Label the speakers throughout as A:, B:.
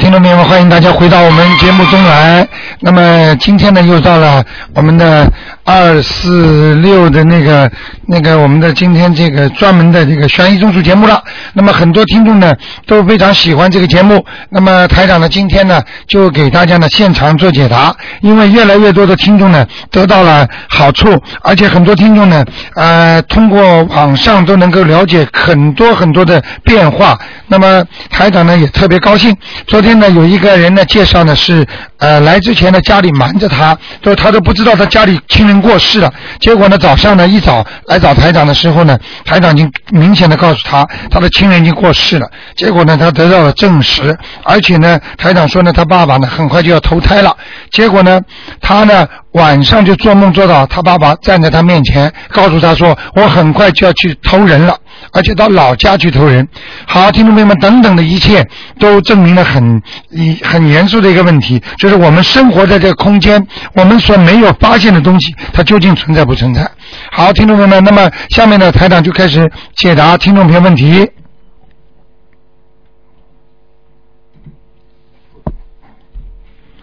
A: 听众朋友们，欢迎大家回到我们节目中来。那么今天呢，又到了我们的二四六的那个那个我们的今天这个专门的这个悬疑综述节目了。那么很多听众呢都非常喜欢这个节目。那么台长呢，今天呢就给大家呢现场做解答，因为越来越多的听众呢得到了好处，而且很多听众呢呃通过网上都能够了解很多很多的变化。那么台长呢也特别高兴。昨天呢有一个人呢介绍呢是呃来之前呢家里瞒着他，就是他都不知道他家里亲人过世了。结果呢早上呢一早来找台长的时候呢，台长已经明显的告诉他他的亲人已经过世了。结果呢他得到了证实，而且呢台长说呢他爸爸呢很快就要投胎了。结果呢他呢晚上就做梦做到他爸爸站在他面前，告诉他说我很快就要去投人了，而且到老家去投人。好，听众朋友们，等等的一切都证明了很一很严肃的一个问题，就是我们生活在这个空间，我们所没有发现的东西，它究竟存在不存在？好，听众朋友们，那么下面呢，台长就开始解答听众朋友问题。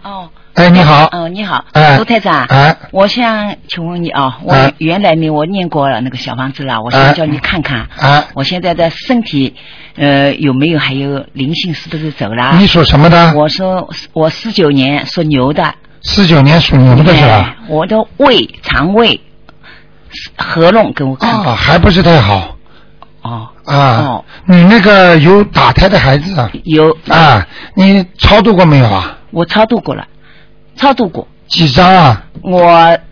B: 哦，
A: 哎，你好，
B: 哦，你好，
A: 哎
B: 卢台长，
A: 哎，
B: 我想请问你啊，我
A: 哎
B: 原来呢，我念过了那个小房子了，我
A: 哎
B: 想叫你看看，
A: 哎，
B: 我现在的身体，呃，有没有还有灵性是不是走了？
A: 哎你啊属什么的？
B: 我说我四九年属牛的，
A: 四九年属牛的是吧
B: 哎？我的胃、肠胃、喉咙给我看看
A: 啊，还不是太好
B: 哦，
A: 啊
B: 哦。
A: 你那个有打胎的孩子啊？
B: 有
A: 啊，你超度过没有啊？
B: 我超度过了，超度过，
A: 几张啊？
B: 我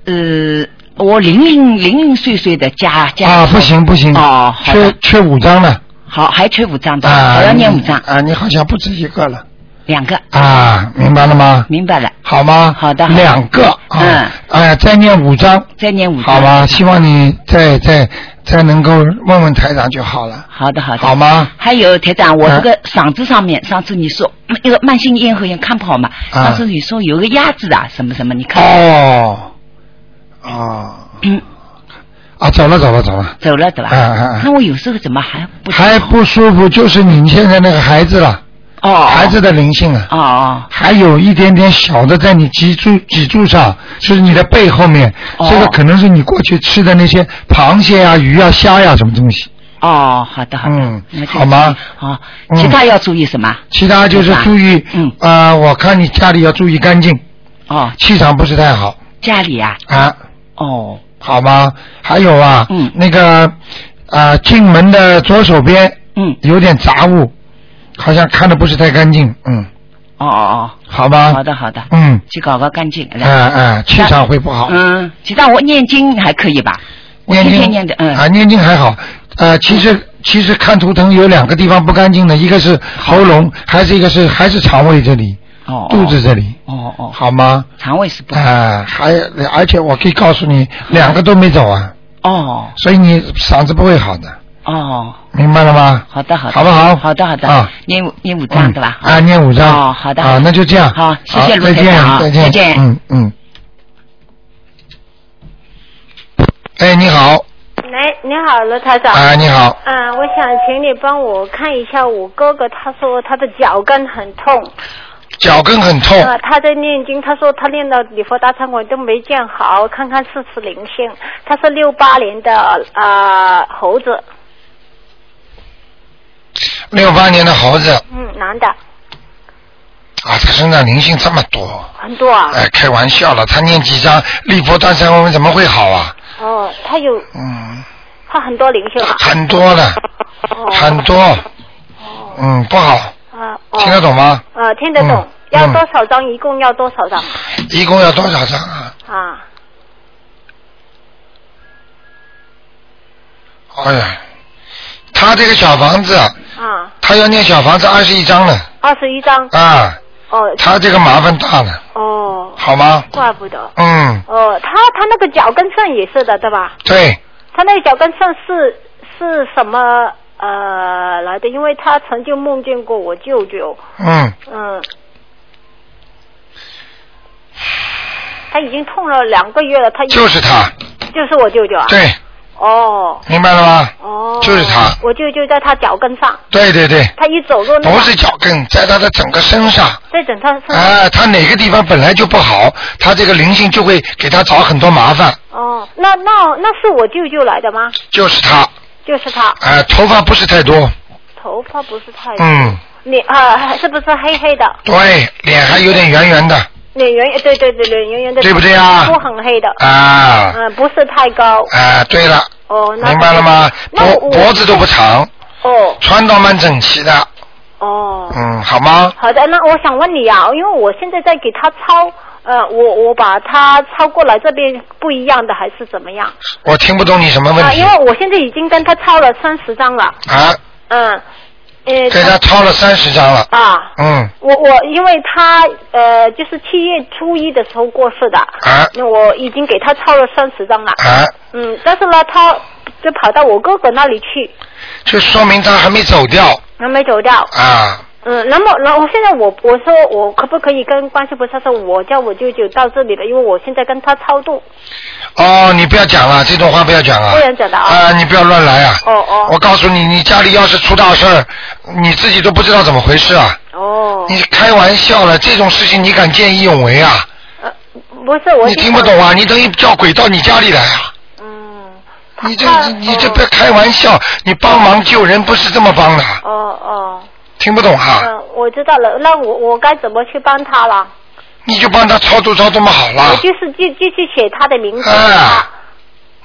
B: 呃，我零零零零碎碎的加加
A: 啊，不行不行，
B: 哦，好的
A: 缺缺五张了
B: 好，还缺五张吧，
A: 啊！
B: 还要念五
A: 你
B: 张，
A: 啊！你好像不止一个了
B: 两个，
A: 啊，明白了吗？
B: 明白了，
A: 好吗？
B: 好的好的
A: 两个啊，
B: 嗯
A: 哎，再念五张，
B: 再念五张，嗯
A: 好吧？希望你再再再能够问问台长就好了，
B: 好的好的，
A: 好吗？
B: 还有台长，我
A: 啊
B: 这个嗓子上面，上次你说嗯一个慢性咽喉炎看不好嘛，
A: 啊
B: 上次你说有个鸭子啊，什么什么，你看，
A: 哦，哦，
B: 嗯，
A: 啊，走了走了走了，
B: 走了对吧？
A: 啊啊啊
B: 那我有时候怎么还不
A: 还不舒服，就是你现在那个孩子了，
B: 哦，
A: 孩子的灵性啊。
B: 哦哦
A: 还有一点点小的在你脊柱脊柱上，是你的背后面，
B: 哦
A: 这个可能是你过去吃的那些螃蟹呀、鱼呀、虾呀、什么东西。
B: 哦，好的好的，
A: 嗯
B: 那就
A: 好吗？
B: 好，
A: 嗯
B: 其他要注意什么？
A: 其他就是
B: 明白
A: 注意，
B: 嗯
A: 啊、我看你家里要注意干净，
B: 哦，
A: 气场不是太好
B: 家里啊，
A: 啊，
B: 哦，
A: 好吗？还有啊，
B: 嗯
A: 那个啊、进门的左手边
B: 嗯，
A: 有点杂物，好像看的不是太干净，嗯，
B: 哦哦
A: 好
B: 哦，
A: 吧，
B: 好的好的，
A: 嗯，
B: 去搞搞干净，
A: 哎、哎、气场会不好。
B: 嗯，其他我念经还可以吧？我
A: 念
B: 天
A: 经
B: 天念的，
A: 啊，
B: 嗯，
A: 念经还好。呃，其实其实看图腾有两个地方不干净的，一个是喉咙，还是一个是还是肠胃这里，
B: 哦，
A: 肚子，这里，
B: 哦哦，
A: 好吗？
B: 肠胃是不
A: 啊、，还而且我可以告诉你，两个都没走啊，
B: 哦
A: 所以你嗓子不会好的，
B: 哦，
A: 明白了吗？
B: 好的好的，
A: 好不好
B: 好的好
A: 啊
B: 的，念五念五章对吧？
A: 啊，念五张。
B: 哦好的
A: 啊，那就这样。
B: 好谢谢卢
A: 再
B: 台
A: 见
B: 长，啊
A: 再见，
B: 再见
A: 嗯嗯。哎，你好，
C: 喂，哎你好，罗台长。
A: 啊，你好，
C: 嗯，我想请你帮我看一下我哥哥，他说他的脚跟很痛，
A: 脚跟很痛，
C: 呃，他在念经，他说他念到礼佛大忏悔都没见好，看看是不是灵性。他是六八年的呃猴子，
A: 六八年的猴子，
C: 嗯，男的，
A: 啊，他身上灵性这么多，
C: 很多啊。
A: 哎，开玩笑了，他念几张立佛大忏悔文怎么会好啊？
C: 哦，他有
A: 嗯，
C: 他很多灵性啊。
A: 很多的，
C: 哦。
A: 很多，嗯，不好，
C: 啊、哦。
A: 听得。懂吗？
C: 呃，听得懂。
A: 嗯
C: 要
A: 嗯
C: 多少张？一共要多少张？
A: 一共要多少张啊？
C: 啊，
A: 哎呀，他这个小房子，
C: 啊，
A: 他要念小房子二十一张了
C: 二十一张。
A: 啊，
C: 哦。
A: 他这个麻烦大了，
C: 哦，
A: 好吗？
C: 怪不得。
A: 嗯，
C: 哦，他他那个脚跟肾也是的，对吧？
A: 对，
C: 他那个脚跟肾是是什么呃来的？因为他曾经梦见过我舅舅，
A: 嗯，
C: 嗯，他已经痛了两个月了，他
A: 就是他，
C: 就是我舅舅啊。
A: 对，
C: 哦
A: 明白了吗？
C: 哦，
A: 就是他
C: 我就就在他脚跟上，
A: 对对对，
C: 他一走路那
A: 不
C: 个
A: 是脚跟，在他的整个身上，
C: 在整他身上。
A: 哎，他哪个地方本来就不好，他这个灵性就会给他找很多麻烦，
C: 哦，那那那是我舅舅来的吗？
A: 就是他，
C: 就是他，
A: 哎，头发不是太多，
C: 头发不是太，
A: 嗯，
C: 脸啊是不是黑黑的？
A: 对，脸还有点圆圆的，
C: 脸圆圆，对对对，脸圆圆的，
A: 对不对啊
C: 皮肤很黑的，
A: 啊，
C: 嗯，不是太高，
A: 哎，对了，
C: 哦，那
A: 明白了吗？
C: 那
A: 脖
C: 我
A: 脖子都不长，
C: 哦
A: 穿倒蛮整齐的，
C: 哦，
A: 嗯，好吗？
C: 好的，那我想问你啊，因为我现在在给他抄，呃，我我把他抄过来这边不一样的还是怎么样？
A: 我听不懂你什么问
C: 啊，
A: 题
C: 因为我现在已经跟他抄了三十张了，
A: 啊？
C: 嗯，呃，
A: 给他抄了三十张了，
C: 啊，
A: 嗯，
C: 我我因为他呃就是七月初一的时候过世的，
A: 啊
C: 那我已经给他抄了三十张了，
A: 啊，
C: 嗯，但是呢他就跑到我哥哥那里去，
A: 就说明他还没走掉
C: 还没走掉，
A: 啊。
C: 嗯，那么，然后现在我我说我可不可以跟观世菩萨说，我叫我舅舅到这里了，因为我现在跟他超度，
A: 哦，你不要讲了，这种话不要讲啊！
C: 不能讲的啊
A: 啊、你不要乱来啊！
C: 哦哦
A: 我告诉你，你家里要是出大事儿，你自己都不知道怎么回事啊！
C: 哦，
A: 你开玩笑了，这种事情你敢见义勇为啊？
C: 呃，不是我
A: 你听不懂，啊？你等于叫鬼到你家里来啊！
C: 嗯，
A: 你这
C: 他
A: 你这
C: 哦
A: 别开玩笑，你帮忙救人不是这么帮的，
C: 哦哦，
A: 听不懂啊？
C: 嗯，我知道了，那我我该怎么去帮他了？
A: 你就帮他操作操作嘛好
C: 我
A: 了。
C: 就是继继续写他的名字，
A: 哎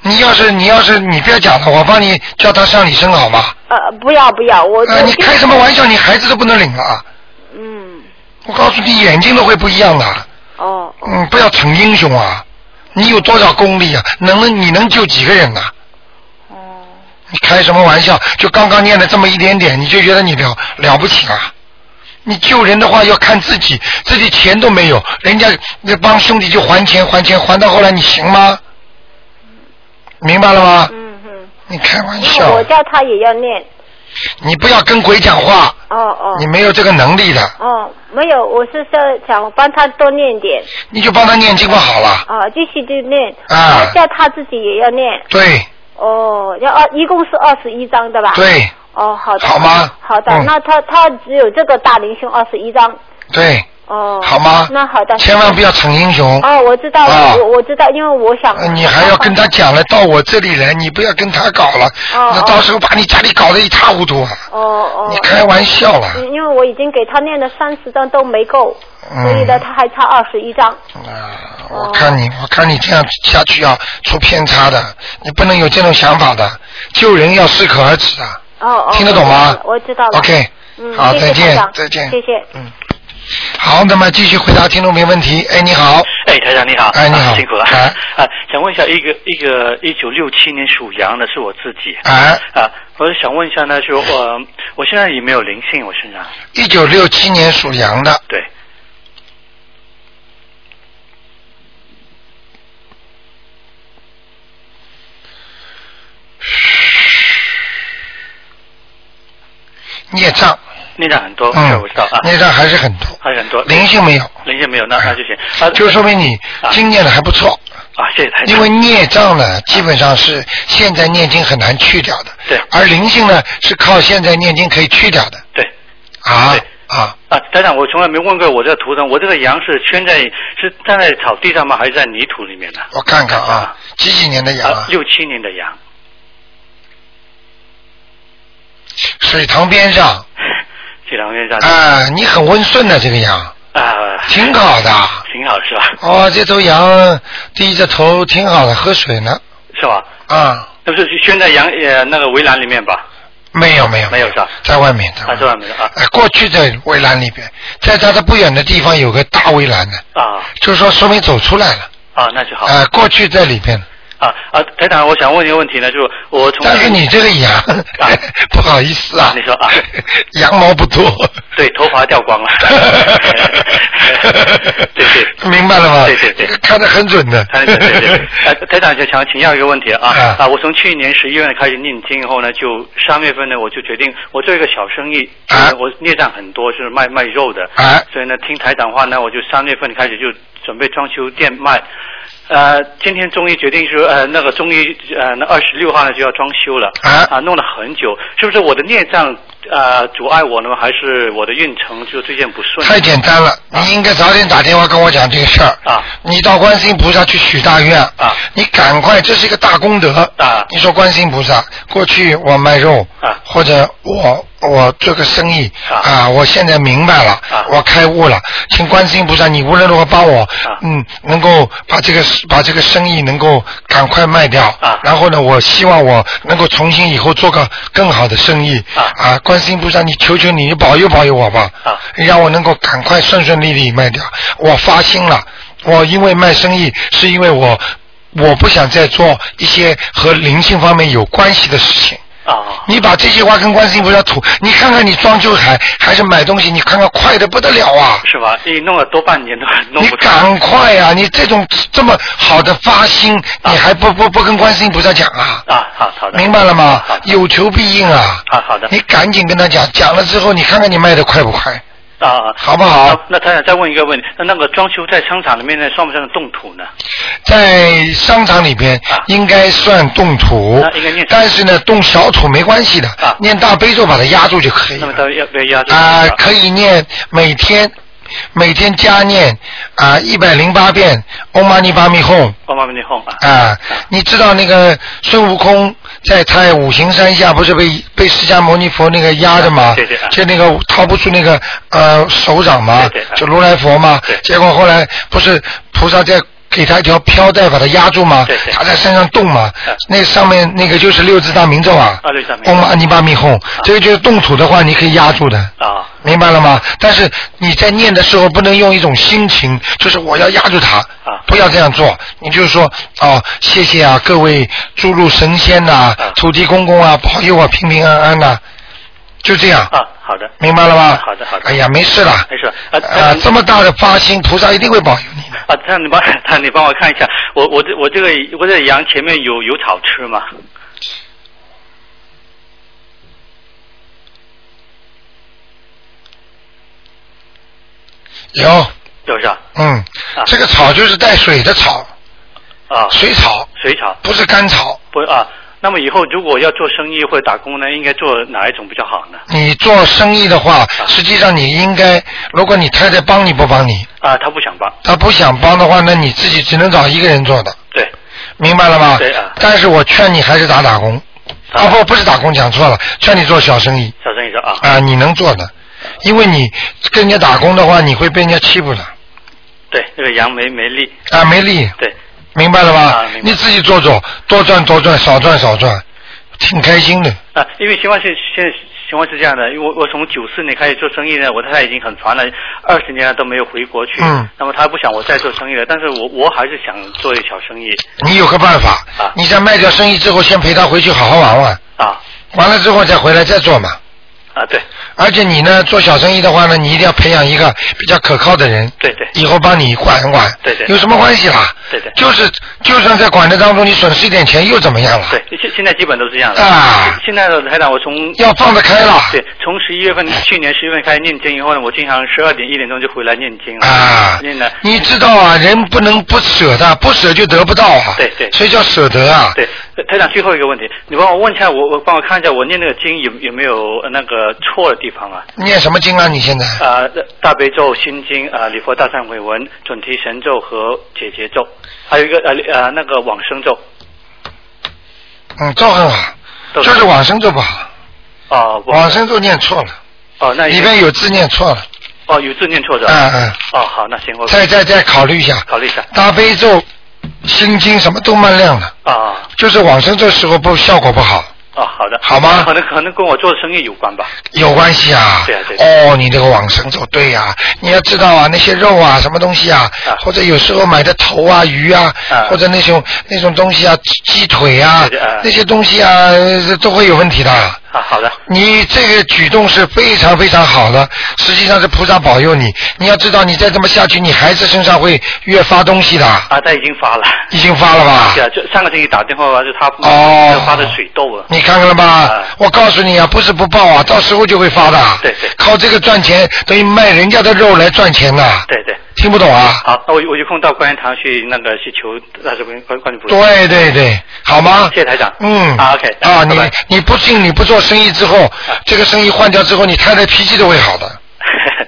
A: 你要是你要是你不要讲了，我帮你叫他上你身好吗？
C: 呃，不要不要，我
A: 啊、
C: 我
A: 你开什么玩笑？你孩子都不能领了啊！
C: 嗯，
A: 我告诉你，眼睛都会不一样的。
C: 哦哦
A: 嗯，不要逞英雄啊！你有多少功力啊？能你能救几个人啊？
C: 哦，
A: 你开什么玩笑？就刚刚念了这么一点点，你就觉得你了了不起啊？你救人的话要看自己，自己钱都没有，人家那帮兄弟就还钱还钱，还到后来你行吗？明白了吗？
C: 嗯嗯，
A: 你开玩
C: 因为
A: 笑
C: 我，叫他也要念，
A: 你不要跟鬼讲话，
C: 哦哦
A: 你没有这个能力的，
C: 哦，没有，我是说想帮他多念点。
A: 你就帮他念经不好了。
C: 啊，继续就念，
A: 啊
C: 叫他自己也要念，
A: 对
C: 哦，要二，一共是二十一张对吧？，
A: 对
C: 哦，好的，
A: 好吗
C: 好的，
A: 嗯
C: 那他他只有这个大灵性二十一张，
A: 对，
C: 哦，
A: 好吗？
C: 那好的，
A: 千万不要逞英雄。
C: 哦，我知道了，
A: 啊
C: 我我知道，因为我想
A: 呃，你还要跟他讲了，到我这里来，你不要跟他搞了，
C: 哦
A: 那到时候把你家里搞得一塌糊涂啊！
C: 哦哦，
A: 你开玩笑啊了，
C: 嗯因为我已经给他念了三十张都没够，
A: 嗯
C: 所以呢，他还差二十一张，
A: 啊！
C: 哦
A: 我看你，我看你这样下去要出偏差的，你不能有这种想法的，救人要适可而止啊。
C: 哦哦，
A: 听得懂吗
C: 我知道了我知道了
A: OK，
C: 嗯，
A: 好，
C: 谢谢
A: 再
C: 台
A: 见
C: 长，
A: 再见。
C: 谢谢。
A: 嗯，好，那么继续回答听众朋友问题。哎，你好，
D: 哎，台长你好，
A: 哎你好
D: 啊辛苦了
A: 哎
D: 啊！想问一下，一个一个一九六七年属羊的是我自己
A: 哎，
D: 啊，我是想问一下呢，就我我现在有没有灵性？我身上
A: 一九六七年属羊的，
D: 对，
A: 孽障，
D: 孽障很多，
A: 嗯
D: 这我知道啊，，
A: 孽障还是很多，
D: 还有很多
A: 灵性没有，
D: 灵性没有，那那就行，啊，
A: 就说明你
D: 啊
A: 经验的还不错。
D: 啊，谢谢台长，嗯
A: 因为孽障呢，基本上是现在念经很难去掉的。
D: 对
A: 而灵性呢，是靠现在念经可以去掉的。
D: 对
A: 啊
D: 对
A: 啊，
D: 啊，台长，我从来没问过我这个图腾，我这个羊是圈在是站在草地上吗？还是在泥土里面呢？
A: 我看看啊
D: 啊，
A: 几几年的羊
D: 啊
A: 啊，？
D: 六七年的羊，
A: 水塘边上。
D: 这两个月上
A: 啊，你很温顺的这个羊，
D: 啊，
A: 挺好的。
D: 挺好是吧？
A: 哦，这头羊低着头挺好的，喝水呢。
D: 是吧？
A: 啊，
D: 那是圈在羊呃那个围栏里面吧？
A: 没有没有
D: 没有是吧
A: 在外面的。
D: 啊，这外面的啊
A: 哎过去在围栏里边，在它的不远的地方有个大围栏呢，
D: 啊
A: 就是说说明走出来了。
D: 啊，那就好
A: 啊，过去在里边。
D: 啊啊！台长，我想问一个问题呢，就是我从
A: 但是你这个羊，
D: 啊
A: 不好意思啊，
D: 你说啊
A: 羊毛不多。，
D: 对头发掉光了 对 对。
A: 明白了吗？
D: 对对对
A: 看得很准的。
D: 对对 对，呃，台长就想请教一个问题啊
A: 啊
D: 啊！我从去年十一月开始念经以后呢，就三月份呢，我就决定我做一个小生意，
A: 啊
D: 就是我孽障很多，就是卖卖肉的，
A: 啊
D: 所以呢，听台长话呢，我就三月份开始就准备装修店卖，呃，今天终于决定说，呃，那个终于呃，那二十六号呢就要装修了，
A: 啊
D: 啊，弄了很久，是不是我的孽障呃阻碍我呢？还是我的运程就最近不顺？
A: 太简单了，你应该早点打电话跟我讲这个事儿。
D: 啊
A: 你到观世音菩萨去许大愿。
D: 啊
A: 你赶快，这是一个大功德。
D: 啊
A: 你说观世音菩萨，过去我卖肉。
D: 啊
A: 或者我我做个生意。
D: 啊
A: 我现在明白了。
D: 啊
A: 我开悟了，请观世音菩萨，你无论如何帮我，
D: 啊
A: 嗯，能够把这个把这个生意能够赶快卖掉。
D: 啊
A: 然后呢，我希望我能够重新以后做个更好的生意。
D: 啊
A: 啊，观世音菩萨，你求求你，你保佑保佑我吧。
D: 啊
A: 你让我能够赶快顺顺利利卖掉。我发心了，我因为卖生意，是因为我我不想再做一些和灵性方面有关系的事情。
D: 啊
A: 你把这句话跟观世音菩萨吐，你看看你装修还还是买东西，你看看快的不得了啊！
D: 是吧？你弄了多半年都弄
A: 你
D: 不成。
A: 赶快呀、你这种这么好的发心，你还不不不跟观世音菩萨讲啊？
D: 啊，好好的，
A: 明白了吗
D: 好？的
A: 有求必应啊！
D: 好好的
A: 你赶紧跟他讲，讲了之后，你看看你卖的快不快，
D: 啊，
A: 好不好？
D: 那他想再问一个问题，那那个装修在商场里面呢，算不算动土呢？
A: 在商场里边
D: 啊
A: 应该算动土
D: 啊应该念，
A: 但是呢，动小土没关系的
D: 啊，
A: 念大悲咒把它压住就可以
D: 那
A: 了
D: 么。他要不要压住？
A: 啊、可以念每天每天加念啊一百零八遍欧玛尼巴密哄
D: 帮妈妈你哄啊。
A: 啊，你知道那个孙悟空在太五行山下不是被被释迦牟尼佛那个压着吗？
D: 啊对对啊
A: 就那个掏不出那个呃手掌嘛，
D: 对对啊
A: 就如来佛嘛
D: 对。
A: 结果后来不是菩萨在。给他一条飘带把他压住嘛
D: 对，对啊
A: 他在山上动嘛，那上面那个就是六字大明咒啊，
D: 啊六字大明咒
A: 嗡嘛尼巴密哄，这个就是动土的话，你可以压住的。
D: 啊
A: 明白了吗？但是你在念的时候，不能用一种心情，就是我要压住他，
D: 啊
A: 不要这样做。你就是说，哦，谢谢啊，各位诸路神仙呐、
D: 啊
A: 土地公公啊，保佑我平平安安呐、就这样，
D: 啊，好的，
A: 明白了吗？
D: 好的好的
A: 哎呀，没事啦，
D: 没事
A: 啊
D: 啊、那
A: 这么大的发心，菩萨一定会保佑你的。
D: 啊，他你帮， 他你帮我看一下，我我这我这个我这羊前面有有草吃吗？
A: 有，
D: 有是吧？
A: 嗯，
D: 啊
A: 这个草就是带水的草，
D: 啊，
A: 水草，
D: 水草
A: 不是干草。
D: 不啊。那么以后如果要做生意或者打工呢，应该做哪一种比较好呢？
A: 你做生意的
D: 啊
A: 话，实际上你应该，如果你太太帮你不帮你，
D: 啊，他不想帮，
A: 他不想帮的话，那你自己只能找一个人做的，
D: 对，
A: 明白了吗？
D: 对啊
A: 但是我劝你还是打打工，
D: 啊
A: 啊不不是打工，讲错了，劝你做小生意
D: 小声一点啊。
A: 啊，你能做的，因为你跟人家打工的话，你会被人家欺负的
D: 对，这个羊没没力，
A: 啊，没力，
D: 对，
A: 明白了吧？
D: 啊明白
A: 你自己做做，多赚多赚，少赚少赚，挺开心的。
D: 啊，因为情况是现在情况是这样的，因为我我从九四年开始做生意呢，我太太已经很烦了，二十年了都没有回国去。
A: 嗯
D: 那么她不想我再做生意了，但是我我还是想做一小生意
A: 你有个办法，
D: 啊
A: 你在卖掉生意之后，先陪他回去好好玩玩，
D: 啊
A: 完了之后再回来再做嘛。
D: 啊，对
A: 而且你呢，做小生意的话呢，你一定要培养一个比较可靠的人。
D: 对对
A: 以后帮你管一管，
D: 对对
A: 有什么关系啦？
D: 对对
A: 就是就算在管的当中，你损失一点钱又怎么样了？，
D: 对，现现在基本都是这样的。
A: 啊
D: 现在的台长，我从
A: 要放得开了。
D: 对，从十一月份，去年十月份开始念经以后呢，我经常十二点一点钟就回来念经了。
A: 啊
D: 念了，
A: 你知道啊，人不能不舍的，不舍就得不到啊。
D: 对对
A: 所以叫舍得啊。
D: 对，台长，最后一个问题，你帮我问一下，我我帮我看一下，我念那个经有有没有呃那个错的地方啊？
A: 念什么经啊？你现在？
D: 啊、大悲咒、心经、啊、礼佛大忏悔文、准提神咒和解结咒，还有一个呃呃那个往生咒。
A: 嗯，咒很好，
D: 都
A: 就是往生咒不好，
D: 哦，我
A: 往生咒念错了，
D: 哦，那
A: 里
D: 一
A: 边有字念错了。
D: 哦有字念错的。
A: 嗯嗯。
D: 哦，好，那行我
A: 再再再考虑一下，
D: 考虑一下。
A: 大悲咒、心经什么都慢亮了，
D: 啊
A: 就是往生咒时候不效果不好。
D: 哦，好的。
A: 好吗
D: 可能可能跟我做生意有关吧。
A: 有关系啊。
D: 对啊对
A: 哦，你这个往生咒对呀、你要知道啊，那些肉啊，什么东西啊，
D: 啊
A: 或者有时候买的头啊、鱼啊，
D: 啊
A: 或者那种那种东西啊，鸡鸡腿啊
D: 对对啊，
A: 那些东西啊，呃都会有问题的。
D: 啊，好的。
A: 你这个举动是非常非常好的，实际上是菩萨保佑你。你要知道，你再这么下去，你孩子身上会越发东西的，
D: 啊，他已经发了。
A: 已经发了吧？
D: 对啊，就上个星期打电话就他
A: 哦
D: 发的水痘啊。
A: 你看看了吧？
D: 啊
A: 我告诉你啊，不是不报啊，到时候就会发的。
D: 对对
A: 靠这个赚钱，等于卖人家的肉来赚钱呐、
D: 对对。
A: 听不懂啊？
D: 好，那我我有空到观音堂去那个去求大师观观观世菩萨。
A: 对对对，好吗？
D: 谢谢台长。
A: 嗯，
D: 啊，OK，
A: 啊，你
D: 拜啊拜
A: 你不信，你不做生意之后，这个生意换掉之后，你太太脾气都会好的。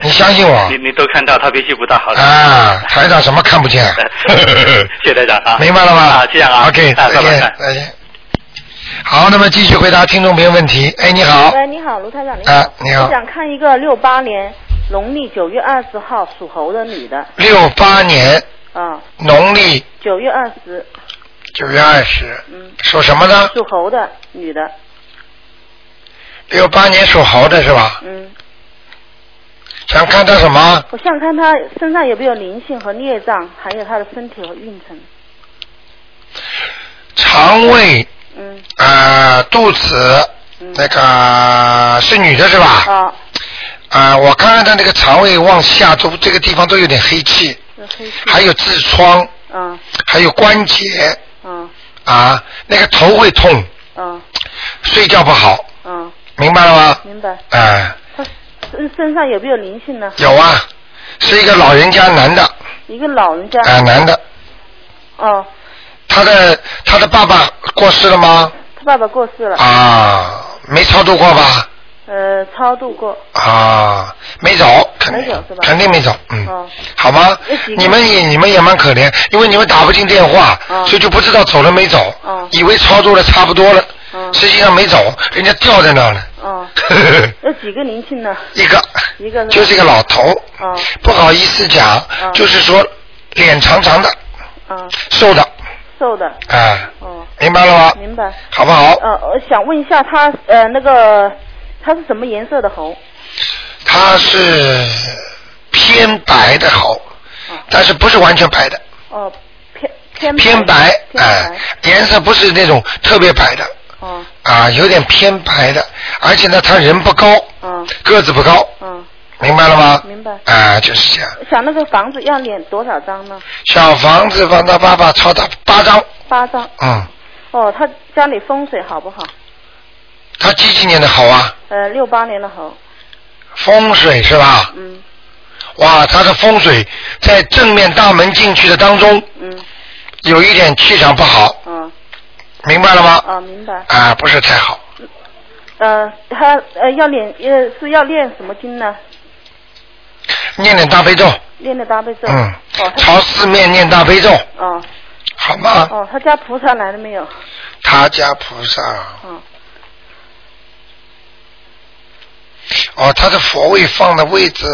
A: 你相信我
D: 你你都看到他脾气不大好的。
A: 啊，台长什么看不见啊
D: 谢谢台长啊。
A: 明白了吗？
D: 啊，这样啊。
A: OK，
D: 啊
A: 再
D: 拜
A: 见
D: 拜，。
A: 再见。好，那么继续回答听众朋友问题。哎，你好，
E: 呃喂，你好，卢台长，你好。
A: 啊你好
E: 我想看一个六八年农历九月二十号属猴的女的，
A: 六八年
E: 啊，
A: 农历
E: 九月二十，
A: 九月二十，
E: 嗯，
A: 属什么呢？
E: 属猴的女的，
A: 六八年属猴的是吧？
E: 嗯，
A: 想看他什么？
E: 我想看她身上有没有灵性和孽障，还有她的身体和运程，
A: 肠胃
E: 嗯
A: 啊、肚子
E: 嗯，
A: 那个是女的是吧？
E: 啊，
A: 啊、我看看她那个肠胃往下都这个地方都有点黑气，
E: 是黑气，
A: 还有痔疮，
E: 嗯
A: 还有关节
E: 嗯
A: 啊，那个头会痛，
E: 嗯
A: 睡觉不好，
E: 嗯，
A: 明白了吗？
E: 明白。
A: 啊、
E: 她身身上有没有灵性呢？
A: 有啊，是一个老人家男的，啊、
E: 一个老人家，
A: 男的，嗯
E: 哦，
A: 他的他的爸爸过世了吗？
E: 她爸爸过世了，
A: 啊，没超度过吧？
E: 呃，超度过，
A: 啊，没走，肯
E: 没走是
A: 定
E: 吧
A: 肯定没走，嗯，
E: 哦
A: 好吗
E: 那几？个
A: 你们也你们也蛮可怜，因为你们打不进电话，
E: 嗯
A: 所以就不知道走了没走，
E: 嗯
A: 以为操作了差不多了，
E: 嗯
A: 实际上没走，人家吊在那儿了，
E: 哦，有几个灵性呢？
A: 一个
E: 一个是吧
A: 就是一个老头，
E: 嗯
A: 不好意思讲，
E: 嗯
A: 就是说脸长长的，
E: 啊，
A: 瘦的，
E: 瘦的，
A: 啊，
E: 哦，
A: 明白了吗？
E: 明白。
A: 好不好？
E: 呃，我想问一下他，呃，那个他是什么颜色的猴？
A: 他是偏白的猴，但是不是完全白的，
E: 啊哦，偏偏
A: 偏白，
E: 嗯偏
A: 哎、
E: 白。
A: 颜色不是那种特别白的，
E: 哦，
A: 啊，有点偏白的，而且呢，他人不高，
E: 嗯
A: 个子不高，
E: 嗯，
A: 明白了吗？
E: 明白
A: 啊，就是这样。
E: 想那个房子要念多少张呢？
A: 小房子帮他爸爸抄到八张，
E: 八张。
A: 嗯，
E: 哦，他家里风水好不好？
A: 他几几年的猴啊？
E: 呃，六八年的猴，
A: 风水是吧？
E: 嗯
A: 哇，他的风水在正面大门进去的当中
E: 嗯
A: 有一点气场不好，
E: 嗯
A: 明白了吗？
E: 啊，明白。
A: 啊，不是太好。
E: 呃，他呃要念呃是要念什么经呢？
A: 念点大悲咒，
E: 念的大悲咒。
A: 嗯
E: 哦，他
A: 朝四面念大悲咒，
E: 哦
A: 好吗？
E: 哦，他家菩萨来了没有？
A: 他家菩萨，
E: 嗯
A: 哦，他的佛位放的位置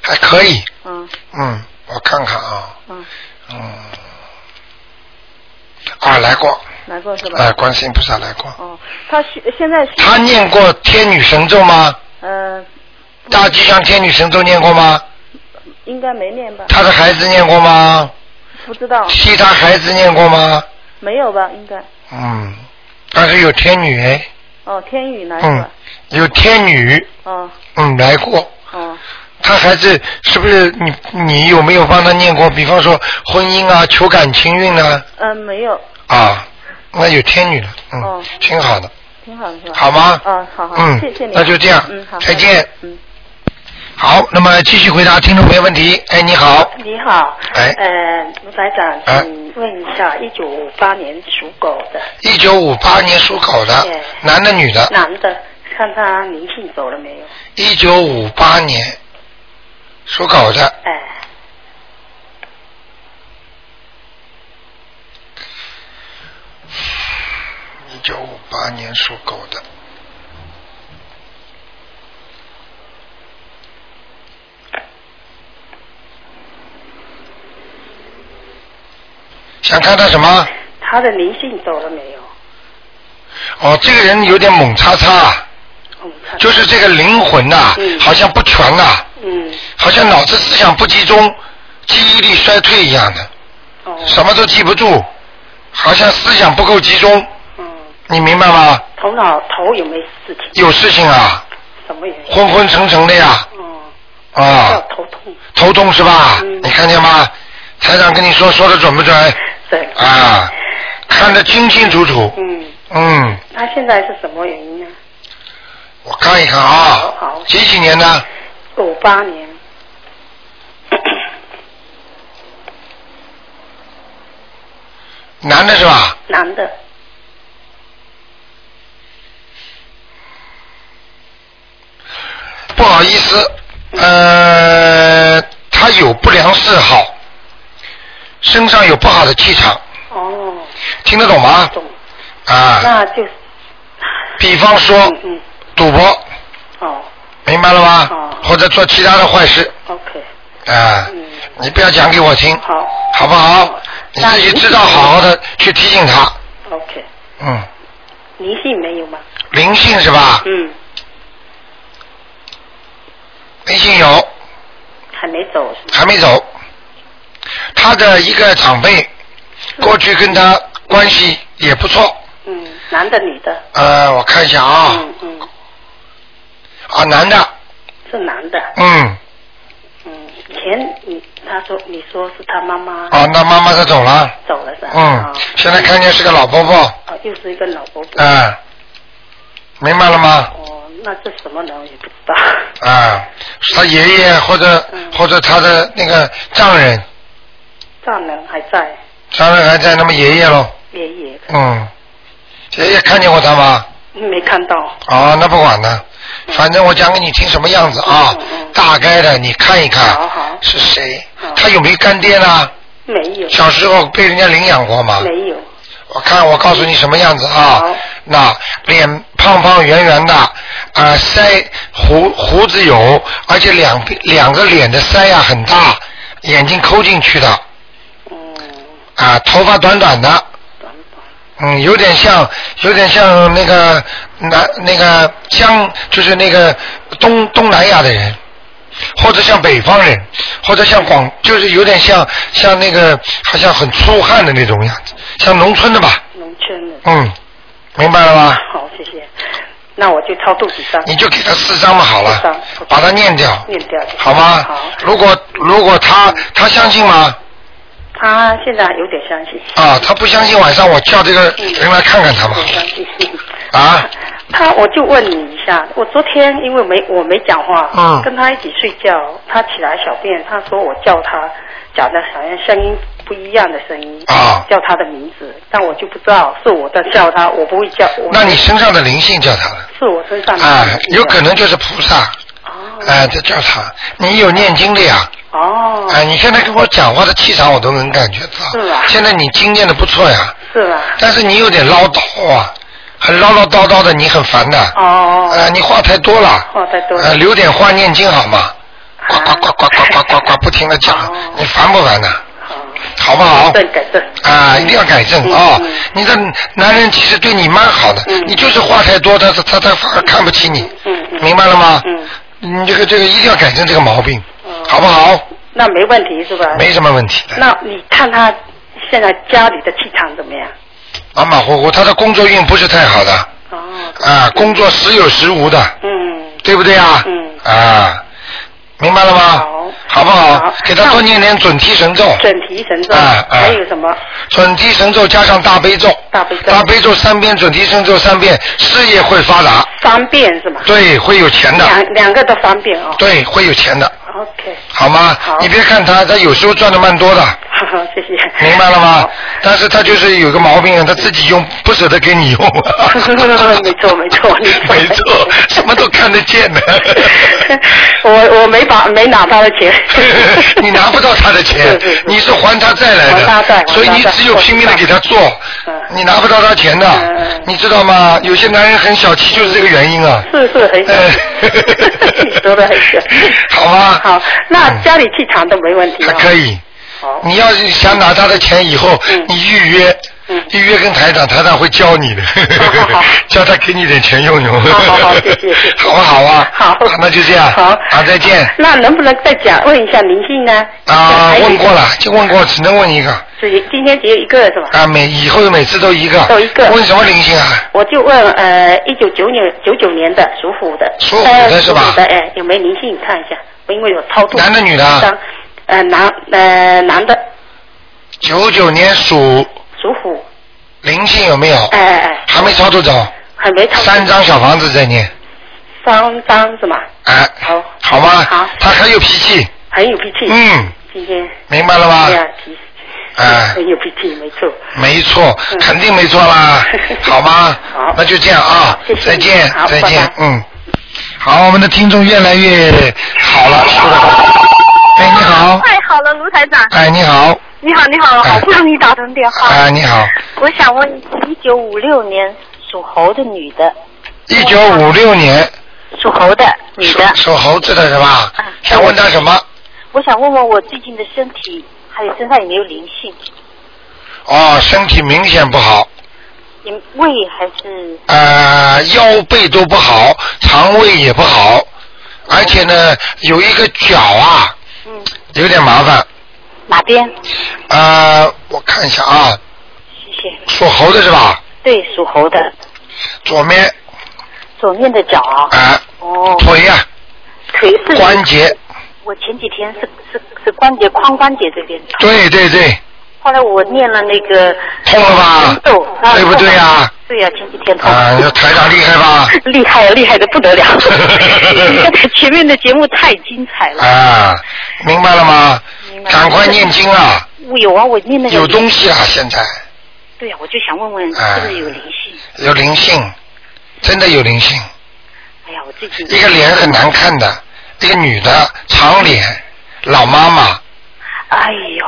A: 还可以，
E: 嗯
A: 嗯，我看看啊，
E: 嗯，
A: 嗯，啊，来过，
E: 来过是吧？
A: 哎，观世音菩萨来过。
E: 哦，他需现在需
A: 他念过天女神咒吗？
E: 呃
A: 大吉祥天女神咒念过吗？
E: 应该没念吧？
A: 他的孩子念过吗？
E: 不知道，
A: 替他孩子念过吗？
E: 没有吧？应该
A: 嗯，但是有天女哎，
E: 哦，天宇来
A: 嗯
E: 过，，
A: 有天女，
E: 哦
A: 嗯，来过。
E: 哦
A: 他孩子是不是你？你有没有帮他念过？比方说婚姻啊，求感情运呢、
E: 嗯没有，
A: 啊？那有天女了，嗯，
E: 哦
A: 挺好的。
E: 挺好的是吧？
A: 好吗
E: 哦，好好，
A: 嗯
E: 谢谢你，
A: 那就这样
E: 嗯好，
A: 再见
E: 嗯。
A: 好，那么继续回答听众朋友问题。哎，你好，
F: 你好，
A: 哎
F: 呃，卢台长，
A: 哎
F: 请问一下，一九五八年属狗的
A: 一九五八年属狗的
F: 对，
A: 男的女的？
F: 男的，看他灵性走了没有？
A: 一九五八年属狗的，
F: 哎，
A: 一九五八年属狗的。想看他什么？
F: 他的灵性走了没有？
A: 哦，这个人有点猛叉叉，
F: 嗯，他
A: 就是这个灵魂呐、
F: 嗯
A: 好像不全呐、
F: 嗯，
A: 好像脑子思想不集中，记忆力衰退一样的，
F: 哦，
G: 嗯
A: 什么都记不住，好像思想不够集中，
F: 嗯，
A: 你明白吗？
F: 头脑头有没有事情？
A: 有事情啊，
F: 什么原因？
A: 昏昏沉沉的呀，
F: 嗯，
A: 啊
F: 叫，头痛。
A: 头痛是吧？
F: 嗯
A: 你看见吗？台长跟你说说的准不准？
F: 对。
A: 啊，看得清清楚楚。
F: 嗯，
A: 嗯，
F: 他现在是什么原因呢？
A: 我看一看啊
F: 好好，
A: 几几年的？
F: 五八年。
A: 男的是吧？
F: 男的，
A: 不好意思，
F: 嗯
A: 呃，他有不良嗜好，身上有不好的气场，
F: 哦，
A: 听得懂吗？
F: 懂，
A: 啊，
F: 那就是，
A: 比方说
F: 嗯嗯，
A: 赌博，
F: 哦
A: 明白了吗
F: 哦？
A: 或者做其他的坏事，
F: ，OK，
A: 啊，
F: 嗯，
A: 你不要讲给我听，
F: 好
A: 好不好？你自己知道，好好的去提醒他。
F: ，OK，
A: 嗯，
F: 灵性没有吗？
A: 灵性是吧？
F: 嗯，
A: 灵性有，
F: 还没走是吗？
A: 还没走。他的一个长辈，过去跟他关系也不错。
F: 嗯，男的女的？
A: 呃，我看一下啊，
F: 嗯嗯，
A: 啊，男的，
F: 是男的。
A: 嗯，
F: 嗯，以前你他说你说是他妈妈
A: 哦，那妈妈她走了，
F: 走了是吧？
A: 嗯
F: 哦，
A: 现在看见是个老婆婆，
F: 哦，又是一个老伯伯。
A: 嗯、明白了吗？
F: 哦，那这什么人我也不知道。
A: 啊、是他爷爷或者
F: 嗯
A: 或者他的那个丈人，
F: 丈人还在，
A: 丈人还在，那么爷爷喽，
F: 爷爷
A: 嗯，爷爷看见过他吗？
F: 没看到。
A: 哦，那不管了，反正我讲给你听什么样子啊
F: 嗯嗯，嗯
A: 大概的你看一看
F: 好好
A: 是谁
F: 好，
A: 他有没有干爹呢？
F: 没有，
A: 小时候被人家领养过吗？
F: 没有。
A: 我看我告诉你什么样子啊
F: 好？
A: 那脸胖胖圆圆的，啊、腮胡胡子有，而且两边两个脸的腮呀、很大，眼睛抠进去的，啊、啊
F: 嗯，
A: 头发短短的，
F: 短短。
A: 嗯，有点像有点像那个南那个江，就是那个东东南亚的人，或者像北方人，或者像广，就是有点像像那个好像很粗汉的那种样子，像农村的吧。
F: 农村的。
A: 嗯，明白了吗？
F: 好，谢谢。那我就超度几张。
A: 你就给他四张嘛，好
F: 四张
A: 了，把它念掉，
F: 念掉
A: 好吗？
F: 好
A: 如果如果他他相信吗？
F: 他现在有点相信。
A: 啊，他不相信，晚上我叫这个
F: 嗯
A: 人来看看他嘛
F: 有。点相信。
A: 啊，
F: 他，我就问你一下，我昨天因为没我没讲话，
A: 嗯
F: 跟他一起睡觉，他起来小便，他说我叫他，讲的好像声音不一样的声音，
A: 啊
F: 叫他的名字，但我就不知道是我在叫他，我不会叫，我
A: 那你身上的灵性叫他了，
F: 是我身上的
A: 啊
F: 灵性，
A: 有可能就是菩萨，
F: 哦
A: 哎、这叫他。你有念经的呀？
F: 哦
A: 哎、你现在跟我讲话的气场我都能感觉到。
F: 是啊
A: 现在你经验的不错呀，
F: 是吧？
A: 但是你有点唠叨啊，很唠唠叨叨的，你很烦的。
F: 哦，
A: 呃，你话太多了。
F: 话太多了
A: 呃，留点话念经好吗？呱
F: 啊
A: 呃呱呱呱呱呱呱呱，不停的讲
F: 哦，
A: 你烦不烦呢？
F: 好，
A: 好不好？
F: 改正改正
A: 啊，一定要改正
F: 嗯
A: 啊
F: 嗯！
A: 你的男人其实对你蛮好的
F: 嗯，
A: 你就是话太多，他他他反而看不起你
F: 嗯嗯，嗯
A: 明白了吗？
F: 嗯
A: 你这个这个一定要改正这个毛病
F: 哦，
A: 好不好？
F: 那没问题是吧？
A: 没什么问题的，
F: 那你看他现在家里的气场怎么样？
A: 马马虎虎。他的工作运不是太好的
F: 哦，
A: 啊，工作时有时无的，
F: 嗯，
A: 对不对啊？
F: 嗯
A: 啊，明白了吗？
F: 好
A: 不好
F: 好？
A: 给他多念点准提神咒，
F: 准提神咒，
A: 啊啊
F: 还有什么？
A: 准提神咒加上大悲咒，
F: 大悲咒
A: 大悲咒三遍，准提神咒三遍，事业会发达，
F: 方便是吗？
A: 对，会有钱的，
F: 两两个都方便哦。
A: 对，会有钱的，
F: OK，
A: 好吗？
F: 好
A: 你别看他，他有时候赚的蛮多的，
F: 好好，谢谢。
A: 明白了吗
F: 好？
A: 但是他就是有个毛病，啊他自己用不舍得给你用。
F: 没错没错你说
A: 没错，什么都看得见的。。
F: 我我没把没拿他的钱
A: 你拿不到他的钱
F: 是是是，
A: 你是还他债来
F: 还他债还他
A: 的，
F: 债
A: 所以你只有拼命的给他做
F: 嗯，
A: 你拿不到他钱的
F: 嗯，
A: 你知道吗？有些男人很小气，就是这个原因啊。
F: 是是很小，
A: 哎
F: 你说的很小。
A: 好啊
F: 好，那
A: 嗯
F: 家里气场都没问题、哦。
A: 还可。以。
F: 好。
A: 你要是想拿他的钱以后，
F: 嗯
A: 你预约
F: 嗯，
A: 预约跟台长，台长会教你的
F: 好 好好，
A: 叫他给你点钱用用。
F: 好好好谢谢谢 谢
A: 好不好啊？
F: 好
A: 啊那就这样。
F: 好
A: 好， 再见。
F: 那能不能再讲问一下灵性呢？
A: 啊，
F: 还有
A: 问过了，就问过，只能问一个
F: 只今天只有一个是吧？
A: 啊，每以后每次都一个。
F: 都一个
A: 问什么灵性啊？
F: 我就问呃，一九九九九九年的属虎的，
A: 属虎的
F: 呃
A: 是吧
F: 属虎的哎，有没有灵性？你看一下，因为有超度。
A: 男的女的啊
F: 一张呃，男呃男的
A: 九九年属
F: 属虎，
A: 灵性有没有
F: 哎？哎哎，
A: 还没超度走，
F: 还没超度。
A: 三张小房子在念，
F: 三张是吗？
A: 哎，
F: 好
A: 好吗？
F: 好
A: 他很有脾气，
F: 很有脾气。。
A: 嗯，
F: 今天
A: 明白了吗？
F: 哎呀，脾
A: 哎
F: 没有 PT 没错。
A: 没错，
F: 嗯
A: 肯定没错啦，好吗？
F: 好
A: 那就这样啊
F: 谢，谢
A: 再见
F: 好，
A: 再
F: 拜
A: 见
F: 拜，
A: 嗯。好，我们的听众越来越好了，说得好。哎，你好，
G: 太好了，卢台长，
A: 哎，你好，
G: 你好，你
H: 哦
G: 好，
A: 哎
G: 好不容易打通电话。
A: 哎，你好，
G: 我想问，一九五六年属猴的女的，
A: 一九五六年
G: 属猴的女
A: 属
G: 的，
A: 属猴子的是吧
G: 嗯？
A: 想问他什么？
G: 我想问问我最近的身体，还有身上有没有灵性？
A: 哦，身体明显不好，
G: 你胃还是
A: 呃，腰背都不好，肠胃也不好，而且呢，有一个脚啊，
G: 嗯
A: 有点麻烦。
G: 哪边？
A: 呃，我看一下啊，
G: 谢谢。
A: 属猴的是吧？
G: 对，属猴的，
A: 左面
G: 左面的脚啊。
A: 啊、
G: 哦，
A: 腿呀、
G: 腿是
A: 关节，
G: 我前几天是是是关节髋关节这边，
A: 对对对，
G: 后来我念了那个
A: 痛了吧
G: 咒，啊
A: 对不对呀？
G: 对呀、前几天痛。
A: 啊、这台长厉害吧？
G: 厉害呀，厉害的不 得了！前面的节目太精彩了。
A: 啊、明白了吗？
G: 明白
A: 赶快念经啊！
G: 我有啊，我念那个
A: 有东西啊，现在
G: 对呀、我就想问问
A: 哎
G: 是不是有灵性？
A: 有灵性，真的有灵性。
G: 哎呀，我最近
A: 一个脸很难看的，一个女的，长脸，老妈妈。
G: 哎呦，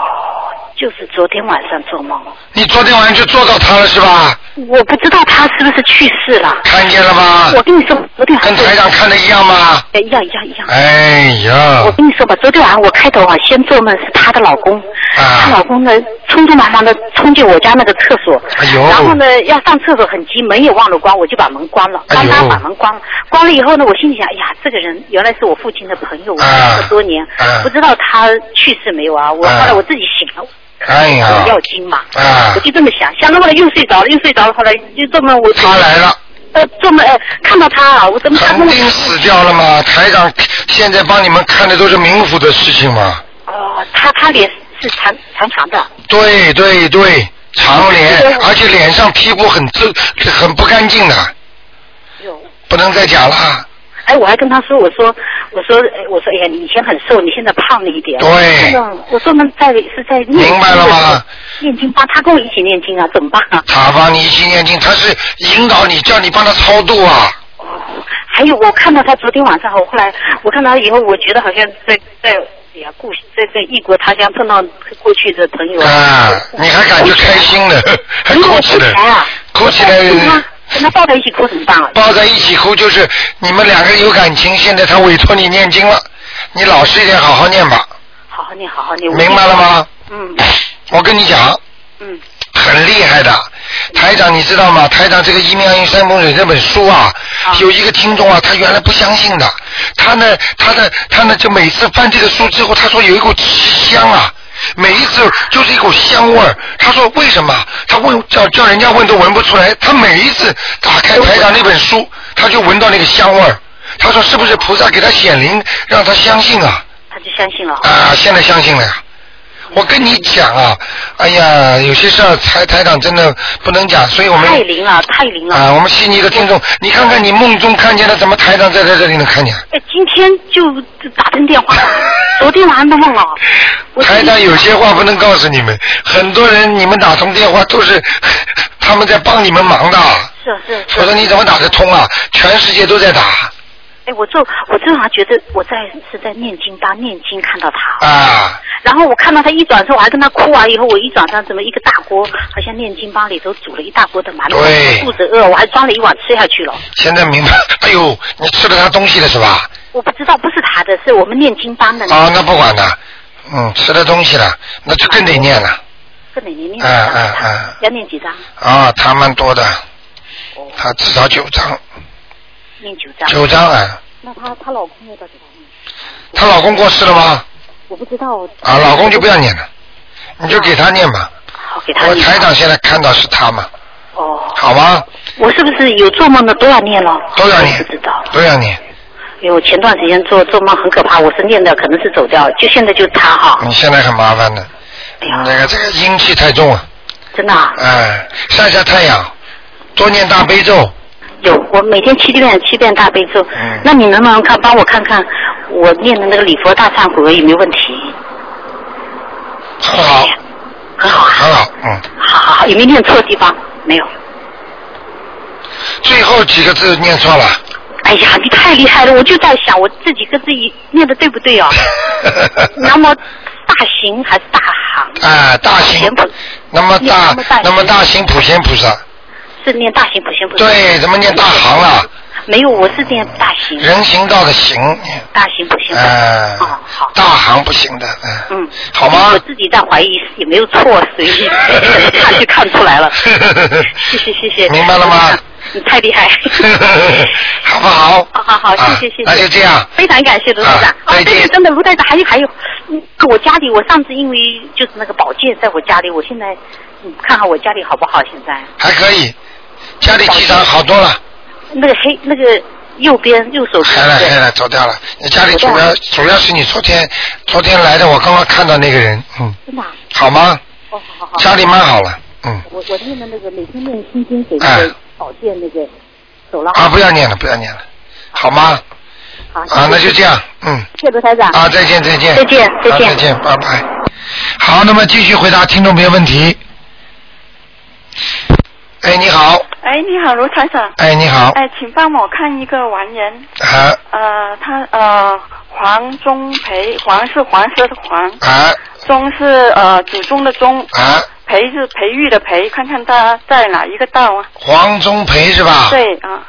G: 就是昨天晚上做梦，
A: 你昨天晚上就做到她了是吧？
G: 我不知道他是不是去世了。
A: 看见了吗？
G: 我跟你说，昨天晚
A: 啊跟
G: 上
A: 台长看的一样吗？
G: 哎一样一样一样。
A: 哎
G: 我
A: 呀，
G: 跟你说吧，昨天晚上我开头啊，先做梦是她的老公，
A: 啊
G: 她老公呢匆匆忙忙的冲进我家那个厕所，
A: 哎呦
G: 然后呢要上厕所很急，门也忘了关，我就把门关了，
A: 哎
G: 帮
A: 呦
G: 他把门关了，关了以后呢，我心里想，哎呀，这个人原来是我父亲的朋友，我
A: 啊
G: 认识多年
A: 啊，
G: 不知道他去世没有啊？我
A: 啊
G: 后来我自己醒了。
A: 哎呀
G: 我要经嘛，
A: 啊
G: 我就这么想，想到后来又睡着了，又睡着了，后来就做梦我
A: 她来了，
G: 呃做梦、呃、看到他啊，我怎么他跟
A: 肯
G: 我
A: 定死掉了嘛。台长现在帮你们看的都是冥府的事情嘛。
G: 哦，他他脸是长长长的，哎
A: 对对对，长
G: 对
A: 脸，而且脸上皮肤很皱，很不干净的，
G: 有。
A: 不能再讲了。
G: 哎，我还跟他说，我说，我说，哎我说，哎呀，你以前很瘦，你现在胖了一点。
A: 对
G: 那种我说呢，在是在念经
A: 明白了吗？
G: 念经吧，他跟我一起念经啊，怎么办啊？
A: 他帮你一起念经，他是引导你，叫你帮他超度啊。
G: 还有，我看到他昨天晚上，我后来我看到他以后，我觉得好像在在哎呀故在在异国他乡碰到过去的朋友
A: 啊，你还感觉开心呢，还
G: 如果
A: 哭
G: 我
A: 起
G: 之前
A: 来
G: 啊，，
A: 哭起
G: 我跟
A: 来
G: 他，跟他抱在一起哭怎么办啊？
A: 抱在一起哭就是你们两个人有感情。现在他委托你念经了，你老实一点，好好念吧，
G: 好好念，好好念。我
A: 明白了？吗？
G: 嗯
A: 我跟你讲，
G: 嗯，
A: 很厉害的。台长，你知道吗？台长这个《一命二运三风水》这本书啊，
G: 啊
A: 有一个听众啊，他原来不相信的，他呢，他呢，他呢，就每次翻这个书之后，他说有一股奇香啊，每一次就是一股香味儿。他说为什么？他问叫叫人家问都闻不出来，他每一次打开台长那本书，他就闻到那个香味儿。他说是不是菩萨给他显灵，让他相信啊？
G: 他就相信了。
A: 啊，现在相信了呀。我跟你讲啊，哎呀，有些事儿台台长真的不能讲，所以我们
G: 太灵了，太灵了。
A: 啊，我们悉尼的听众，你看看你梦中看见的，怎么台长在在这里能看见？
G: 哎，今天就打通电话， 昨天晚上都忘了。我
A: 台长有些话不能告诉你们，很多人你们打通电话都是 他们在帮你们忙的，
G: 是啊是啊
A: 否
G: 是
A: 则
G: 啊。
A: 你怎么打得通啊？全世界都在打
G: 哎，我做我正好觉得我在是在念经，当念经看到他，
A: 啊，
G: 然后我看到他一转身，我还跟他哭啊完以后，我一转身怎么一个大锅，好像念经帮里头煮了一大锅的馒头，
A: 对
G: 肚子饿，我还装了一碗吃下去了。
A: 现在明白 了？哎呦，你吃了他东西了是吧？
G: 我不知道不是他的，是我们念经班的，
A: 啊，那不管了，嗯，吃了东西了，那就更得念了。
G: 跟哪年念
A: 嗯
G: 的？
A: 嗯嗯
G: 要念几张？
A: 啊，他蛮多的，他至少九张，
G: 哦念九张。
A: 九张啊。
E: 那她她老公要不要给她念？
A: 她老公过世了吗？
E: 我不知道，
A: 啊，
G: 嗯
A: 老公就不要念了，你就给他念吧。
G: 好，嗯给他
A: 我
G: 念
A: 哦台长现在看到是他嘛，
G: 哦，
A: 好吗？
G: 我是不是有做梦的都要念了？
A: 都要
G: 我
A: 念
G: 不知道。，
A: 都要念。
G: 因为我前段时间做做梦很可怕，我是念的，可能是走掉了，就现在就他哈，
A: 你现在很麻烦的，
G: 哎呀
A: 那个这个阴气太重了，
G: 真的、啊、
A: 哎，晒晒太阳，多念大悲咒。
G: 有。我每天七遍七遍大悲咒，
A: 嗯
G: 那你能不能看帮我看看我念的那个礼佛大忏悔文有没有问题？
A: 好，
G: 很好，啊
A: 很好，嗯。
G: 好好好，有没有念错地方？没有。
A: 最后几个字念错了，
G: 哎呀，你太厉害了！我就在想我自己跟自己念的对 不对哦？南无大行还是大行？
A: 啊，大行
G: 行不，
A: 那么大
G: 念那么大，行
A: 那么大行普贤菩萨，
G: 是念大行不行不行？
A: 对，怎么念大行了？
G: 没有，我是念大行，
A: 人行道的行，
G: 大行不行？
A: 哎
G: 哦，好，
A: 大行不行的，嗯，
G: 嗯，
A: 好吗
G: 我？自己在怀疑有没有错，所以看就看出来了。谢谢谢谢，
A: 明白了吗？。
G: 你太厉害
A: 好不好？
G: 好好好，谢谢
A: 啊
G: 谢谢。
A: 那就这样。
G: 非常感谢卢台长
A: 啊。
G: 哦
A: 再见
G: 对对，真的卢台长，还有还有，嗯我家里我上次因为就是那个保健在我家里，我现在嗯看看我家里好不好？现在
A: 还可以，家里气场好多了，
G: 那个黑那个右边右手边
A: 黑了黑
G: 对
A: 了，走掉了。你家里主要主要是你昨天昨天来的，我刚刚看到那个人，嗯，
G: 真的啊
A: 好吗？
G: 哦好好好，
A: 家里蛮好了，嗯，
G: 我我念的那个每天念心经给
A: 哎
G: 那个保健那个走了
A: 啊，不要念了，不要念了，好吗？
G: 好
A: 啊，那就这样，嗯，
G: 谢谢卢台长。
A: 啊，再见，再见，
G: 再见再见
A: 啊再见，拜拜。好，那么继续回答听众朋友问题。哎，你好，
E: 哎，你好，卢台长。
A: 哎，你好，
E: 哎，请帮我看一个完人，
A: 啊
E: 呃，他呃黄宗培，黄是黄色的黄，
A: 啊
E: 宗是呃祖宗的宗，
A: 啊，
E: 培是培育的培，看看他在哪一个道啊？
A: 黄宗培是吧？
E: 对啊，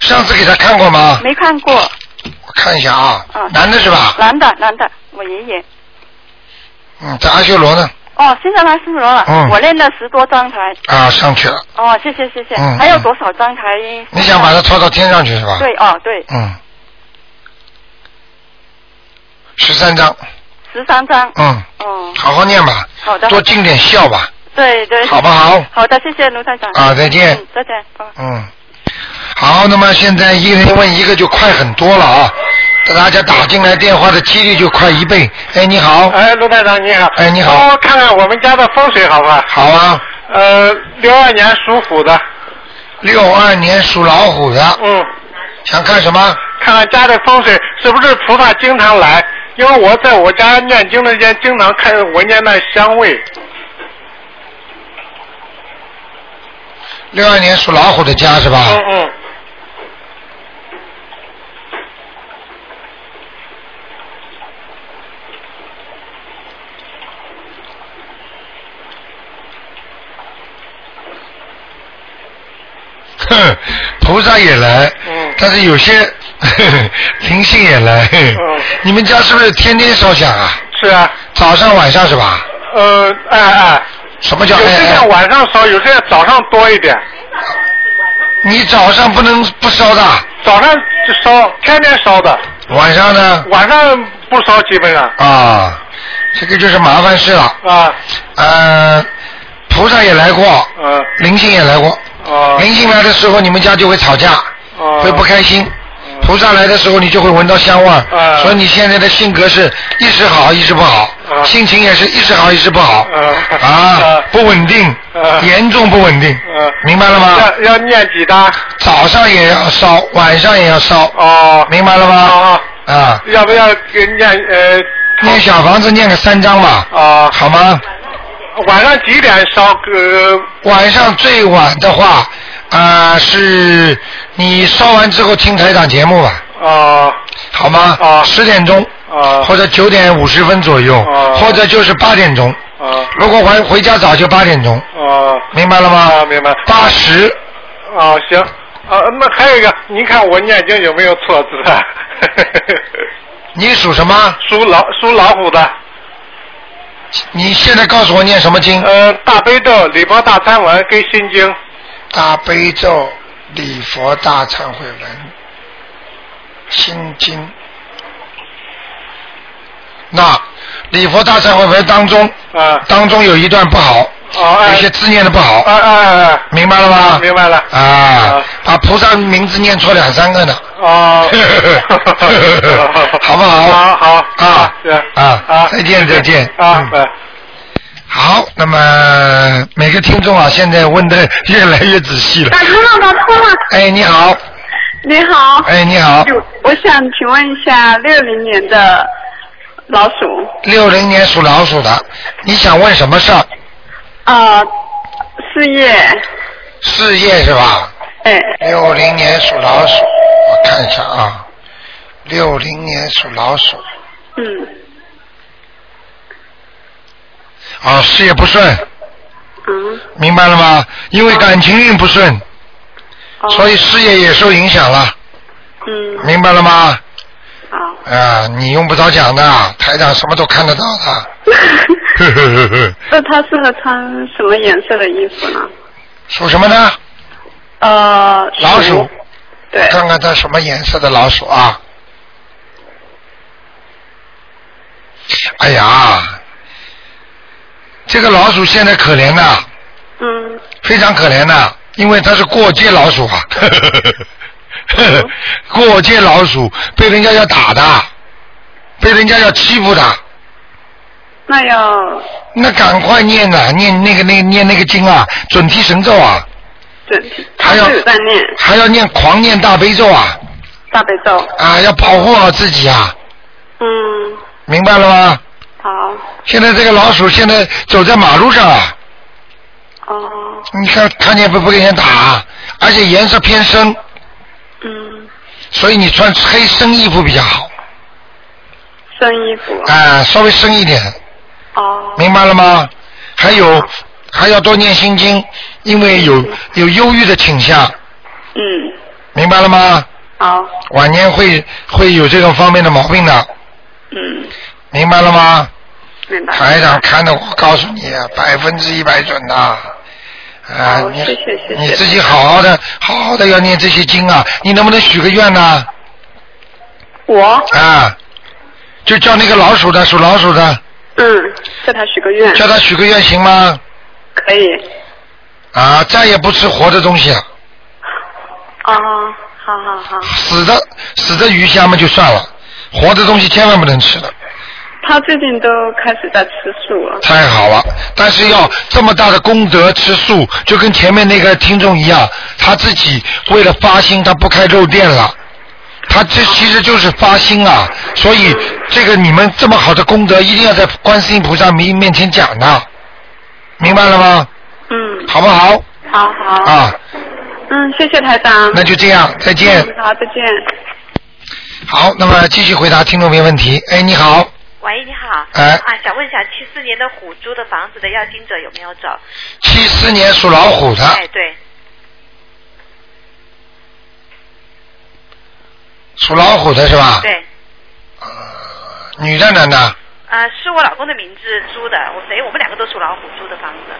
A: 上次给他看过吗？
E: 没看过，
A: 我看一下啊，
E: 嗯
A: 男的是吧？
E: 男的男的，我爷爷。
A: 嗯，在阿修罗呢，
E: 哦，现在他是罗了，
A: 嗯
E: 我练了十多张才。
A: 啊，上去了。
E: 哦，谢谢谢谢，
A: 嗯
E: 还有
A: 嗯
E: 多少张才？
A: 你想把他拖到天上去是吧？。
E: 对哦对，
A: 嗯。十三章，
E: 十三张。
A: 嗯，
E: 哦，
A: 好好念吧，
E: 好的，
A: 多尽点孝吧，
E: 对对。
A: 好不
I: 嗯
A: 好？
E: 好的，谢谢卢台长。
A: 啊，再见。
E: 嗯，再见，拜拜。
A: 嗯，好，那么现在一人问一个就快很多了啊，大家打进来电话的几率就快一倍。哎，你好，
D: 嗯
I: 哎，卢台长你好。
A: 哎你好
I: 帮我看看我们家的风水好不好？
A: 好啊，
I: 呃，六二年属虎的，
A: 六二年属老虎的，
I: 嗯，
A: 想看什么？
I: 看看家的风水是不是菩萨经常来？因为我在我家念经的间，经常看闻见那香味。
A: 六二年属老虎的家是吧？
I: 嗯嗯。
A: 哼， 菩萨也来，
I: 嗯
A: 但是有些 呵呵灵性也来。
I: 嗯
A: 你们家是不是天天烧香啊？
I: 是啊，
A: 早上晚上是吧？
I: 呃，哎哎，
A: 什么
I: 有
A: 叫哎
I: 些
A: 哎
I: 天晚上烧，有些天早上多一点，
A: 你早上不能不烧的，
I: 早上就烧，天天烧的，
A: 晚上呢？
I: 晚上不烧基本上。
A: 啊，这个就是麻烦事了。
I: 啊，
A: 呃，菩萨也来过，
I: 嗯，
A: 灵性也来过。
I: 哦，
A: 灵性来的时候，你们家就会吵架，
I: 哦
A: 会不开心。
I: 嗯
A: 菩萨来的时候，你就会闻到香味儿、
I: 嗯
A: 所以你现在的性格是一时好，一时不好，
I: 嗯
A: 心情也是一时好，一时不好，
I: 嗯
A: 啊
I: 嗯，
A: 不稳定、
I: 嗯
A: 严重不稳定、
I: 嗯
A: 明白了吗？
I: 要要念几单？
A: 早上也要烧，晚上也要烧，
I: 哦，
A: 明白了吗？
I: 哦
A: 啊，
I: 要不要给念呃？
A: 念小房子念个三章吧，
I: 啊、
A: 好吗？
I: 晚上几点烧？呃，
A: 晚上最晚的话，啊、是你烧完之后听台长节目吧，
I: 啊、
A: 好吗？
I: 啊
A: 十点钟。
I: 啊
A: 或者九点五十分左右，
I: 哦
A: 或者就是八点钟。
I: 啊
A: 如果回回家早就八点钟，
I: 啊
A: 明白了吗
I: 啊，？明白。
A: 八十
I: 啊，行。啊，那还有一个，您看我念经有没有错字啊？
A: 你属什么？
I: 属老属老虎的，
A: 你现在告诉我念什么经？
I: 呃，大悲咒、礼佛大忏文跟心经，
A: 大悲咒、礼佛大忏悔文、心经。那礼佛大忏悔文当中，
I: 啊
A: 当中有一段不好，
I: 啊
A: 有
I: 哎
A: 些字念的不好，
I: 啊啊啊！
A: 明白了吗？
I: 明白了
A: 啊
I: 啊，
A: 把菩萨名字念错两三个呢。，
I: 哦
A: 好不好
I: 好好
A: 啊
I: 是
A: 啊
I: 啊，
A: 再见再见
I: 啊
A: 嗯，
I: 拜。
A: 好，那么每个听众啊，现在问的越来越仔细了。
G: 打通了，打通了。
I: 啊
A: 哎，你好，
F: 你好。
A: 哎你好
F: 我想请问一下，六零年的老鼠，
A: 六零年属老鼠的，你想问什么事儿？
F: 呃，事业，
A: 事业是吧？
F: 哎。
A: 六零年属老鼠，我看一下啊，六零年属老鼠
F: 嗯
A: 啊，事业不顺，
F: 嗯，
A: 明白了吗？因为感情运不顺，
I: 哦
A: 所以事业也受影响了，
F: 哦嗯，
A: 明白了吗？啊，你用不着讲的，台长什么都看得到的。呵呵呵呵，
F: 那他适合穿什么颜色的衣服呢？
A: 属什么呢？
F: 呃，
A: 老鼠。
F: 对。
A: 看看它什么颜色的老鼠啊？哎呀，这个老鼠现在可怜呐。
F: 嗯。
A: 非常可怜呐，因为它是过街老鼠啊。呵呵呵呵过街老鼠被人家要打的，被人家要欺负的，
F: 那要
A: 那赶快念呐、念那个那个念那个经啊，准提神咒啊，
F: 准，
A: 还要
F: 他是在念
A: 还要念狂念大悲咒啊。
F: 大悲咒。
A: 啊，要保护好自己啊。
F: 嗯。
A: 明白了吗？
F: 好。
A: 现在这个老鼠现在走在马路上啊。哦。你看，看见不不给人打、啊，而且颜色偏深。嗯。
F: 嗯
A: 所以你穿黑深衣服比较好，
F: 深衣服。
A: 啊，稍微深一点。哦。明白了吗？还有，还要多念心经，因为有有忧郁的倾向，
F: 嗯，
A: 明白了吗？
F: 好，
A: 晚年会会有这种方面的毛病的，
F: 嗯，
A: 明白了吗？
F: 明白。
A: 台长看的，我告诉你，百分之一百准的。啊，你你自己好好的，好好的要念这些经啊！你能不能许个愿呢？
F: 我
A: 啊，就叫那个老鼠的，属老鼠的，
F: 嗯，叫他许个愿。
A: 叫他许个愿行吗？
F: 可以。
A: 啊，再也不吃活的东西了，
F: 哦，好好好。
A: 死的死的鱼虾嘛就算了，活的东西千万不能吃了。
F: 他最近都开始在吃素了。
A: 太好了，但是要这么大的功德吃素，就跟前面那个听众一样，他自己为了发心，他不开肉店了。他
E: 啊
A: 这其实就是发心啊，所以这个你们这么好的功德，一定要在观世音菩萨面面前讲的，明白了吗？
F: 嗯，
A: 好不好？
F: 好好。
A: 啊，
F: 嗯，谢谢台长。
A: 那就这样再见
F: 嗯好，再见。
A: 好，那么继续回答听众朋友问题。哎，你好，
E: 喂，你好。
A: 哎
E: 啊，想问一下，七四年的虎租的房子的要经者有没有
A: 啊
E: 走？
A: 七四年属老虎的，
E: 哎，对，
A: 属老虎的是吧？
E: 对，
A: 女的男的？
E: 啊，是我老公的名字租的，我哎所以我们两个都属老虎租的房子。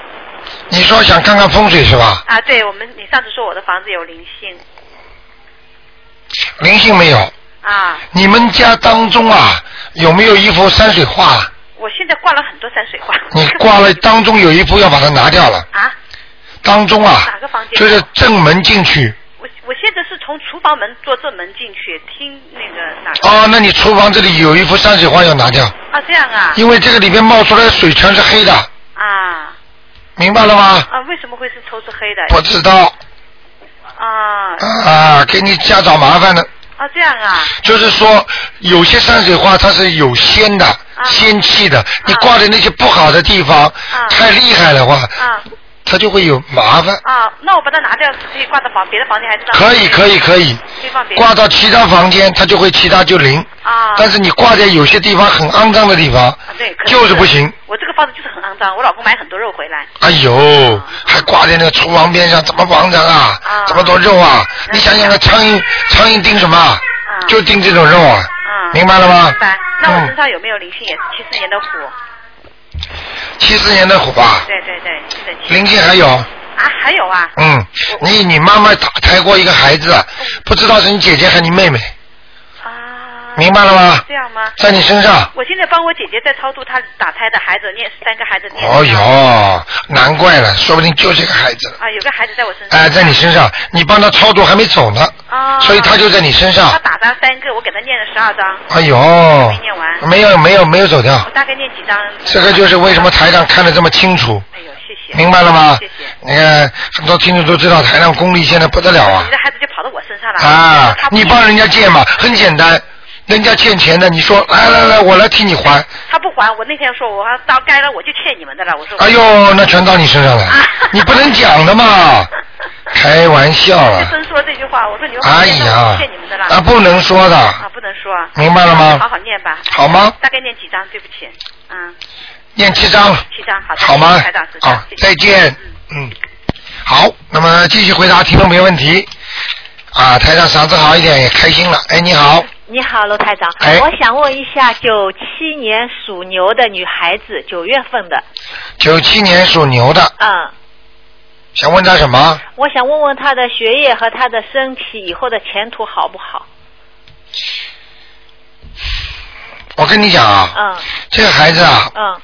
A: 你说想看看风水是吧？
E: 啊，对，我们你上次说我的房子有灵性
A: 灵性没有？
E: 啊，
A: 你们家当中啊，有没有一幅山水画？
E: 我现在挂了很多山水画。
A: 你挂了当中有一幅要把它拿掉了。
E: 啊？
A: 当中啊
E: 哪个房，间
A: 就是正门进去。
E: 我我现在是从厨房门坐正门进去，听那个哪个？
A: 哦，那你厨房这里有一幅山水画要拿掉，
E: 啊，这样啊。
A: 因为这个里面冒出来的水全是黑的，
E: 啊。
A: 明白了吗？
E: 啊，为什么会是抽是黑的？
A: 不知道
E: 啊
A: 啊，给你家找麻烦了。
E: 啊，这样啊。
A: 就是说，有些山水画它是有仙的、
E: 啊
A: 仙气的，你挂在那些不好的地方，太厉害的话，
E: 啊
A: 它就会有麻烦。
E: 啊，那我把它拿掉，可以挂到房别的房间还是？
A: 可以可以可以
E: 可以放别，的
A: 挂到其他房间，它就会其他就灵。
E: 啊。
A: 但是你挂在有些地方很肮脏的地方，
E: 啊对，可
A: 就是不行。
E: 我这个房子就是很肮脏，我老公买很多肉回来。
A: 哎呦，还挂在那个厨房边上，怎么防着啊？这么多肉啊！
E: 嗯
A: 你想想看，苍蝇苍蝇叮什么啊？就叮这种肉啊，明白了吗
E: 明？白。那我
A: 嗯
E: 身上有没有灵性？也是七四年的虎。
A: 七四年的虎吧，
E: 对对对，是的。
A: 灵性还有，
E: 啊，还有啊，
A: 嗯，你你妈妈打胎过一个孩子，啊不知道是你姐姐还是你妹妹，明白了吗？
E: 啊这样吗？
A: 在你身上。
E: 我现在帮我姐姐在超度她打胎的孩子，念三个孩子念。
A: 哦哟，难怪了，说不定就这个孩子了。
E: 啊，有个孩子在我身上。
A: 哎，在你身上，你帮他超度还没走呢，
J: 哦
E: 啊。
A: 所以他就在你身上
E: 他打了三个，我给他念了十二张。
A: 哎呦
E: 没念完。
A: 没有没有没有走掉
E: 我大概念几张？
A: 这个就是为什么台上看得这么清楚。
E: 哎呦，谢谢。
J: 谢。
A: 明白了吗
J: 谢谢。？
A: 那个很多听众都知道，台上功力现在不得了啊
J: 你的孩子就跑到我身上了
A: 啊！你帮人家借嘛，很简单。人家欠钱的，你说来来来，我来替你还。
J: 他不还，我那天说我还到该了我就欠你们的了，我说
A: 哎呦，那全到你身上来了， 你不能讲的嘛，开玩笑啊
J: 就
A: 了。
J: 真说这句话，我说你们
A: 哎
J: 欠
A: 呀
J: 欠你们的了
A: 啊不能说的
J: 啊，不能说，
A: 明白了吗
J: 好好念吧，
A: 好吗
J: 大概念几张？对不起，嗯，
A: 念七章，
J: 七张，好的，
A: 好吗
J: 台长，？是
A: 好，再见。嗯，好，那么继续回答提问没问题。啊，台上嗓子好一点也开心了。哎，你
J: 嗯
A: 好，
K: 你好，罗台长，
A: 哎
K: 我想问一下，九七年属牛的女孩子，九月份的，
A: 九七年属牛的，
K: 嗯，
A: 想问他什么？
K: 我想问问她的学业和她的身体以后的前途好不好？
A: 我跟你讲啊，
K: 嗯，
A: 这个孩子啊，
K: 嗯，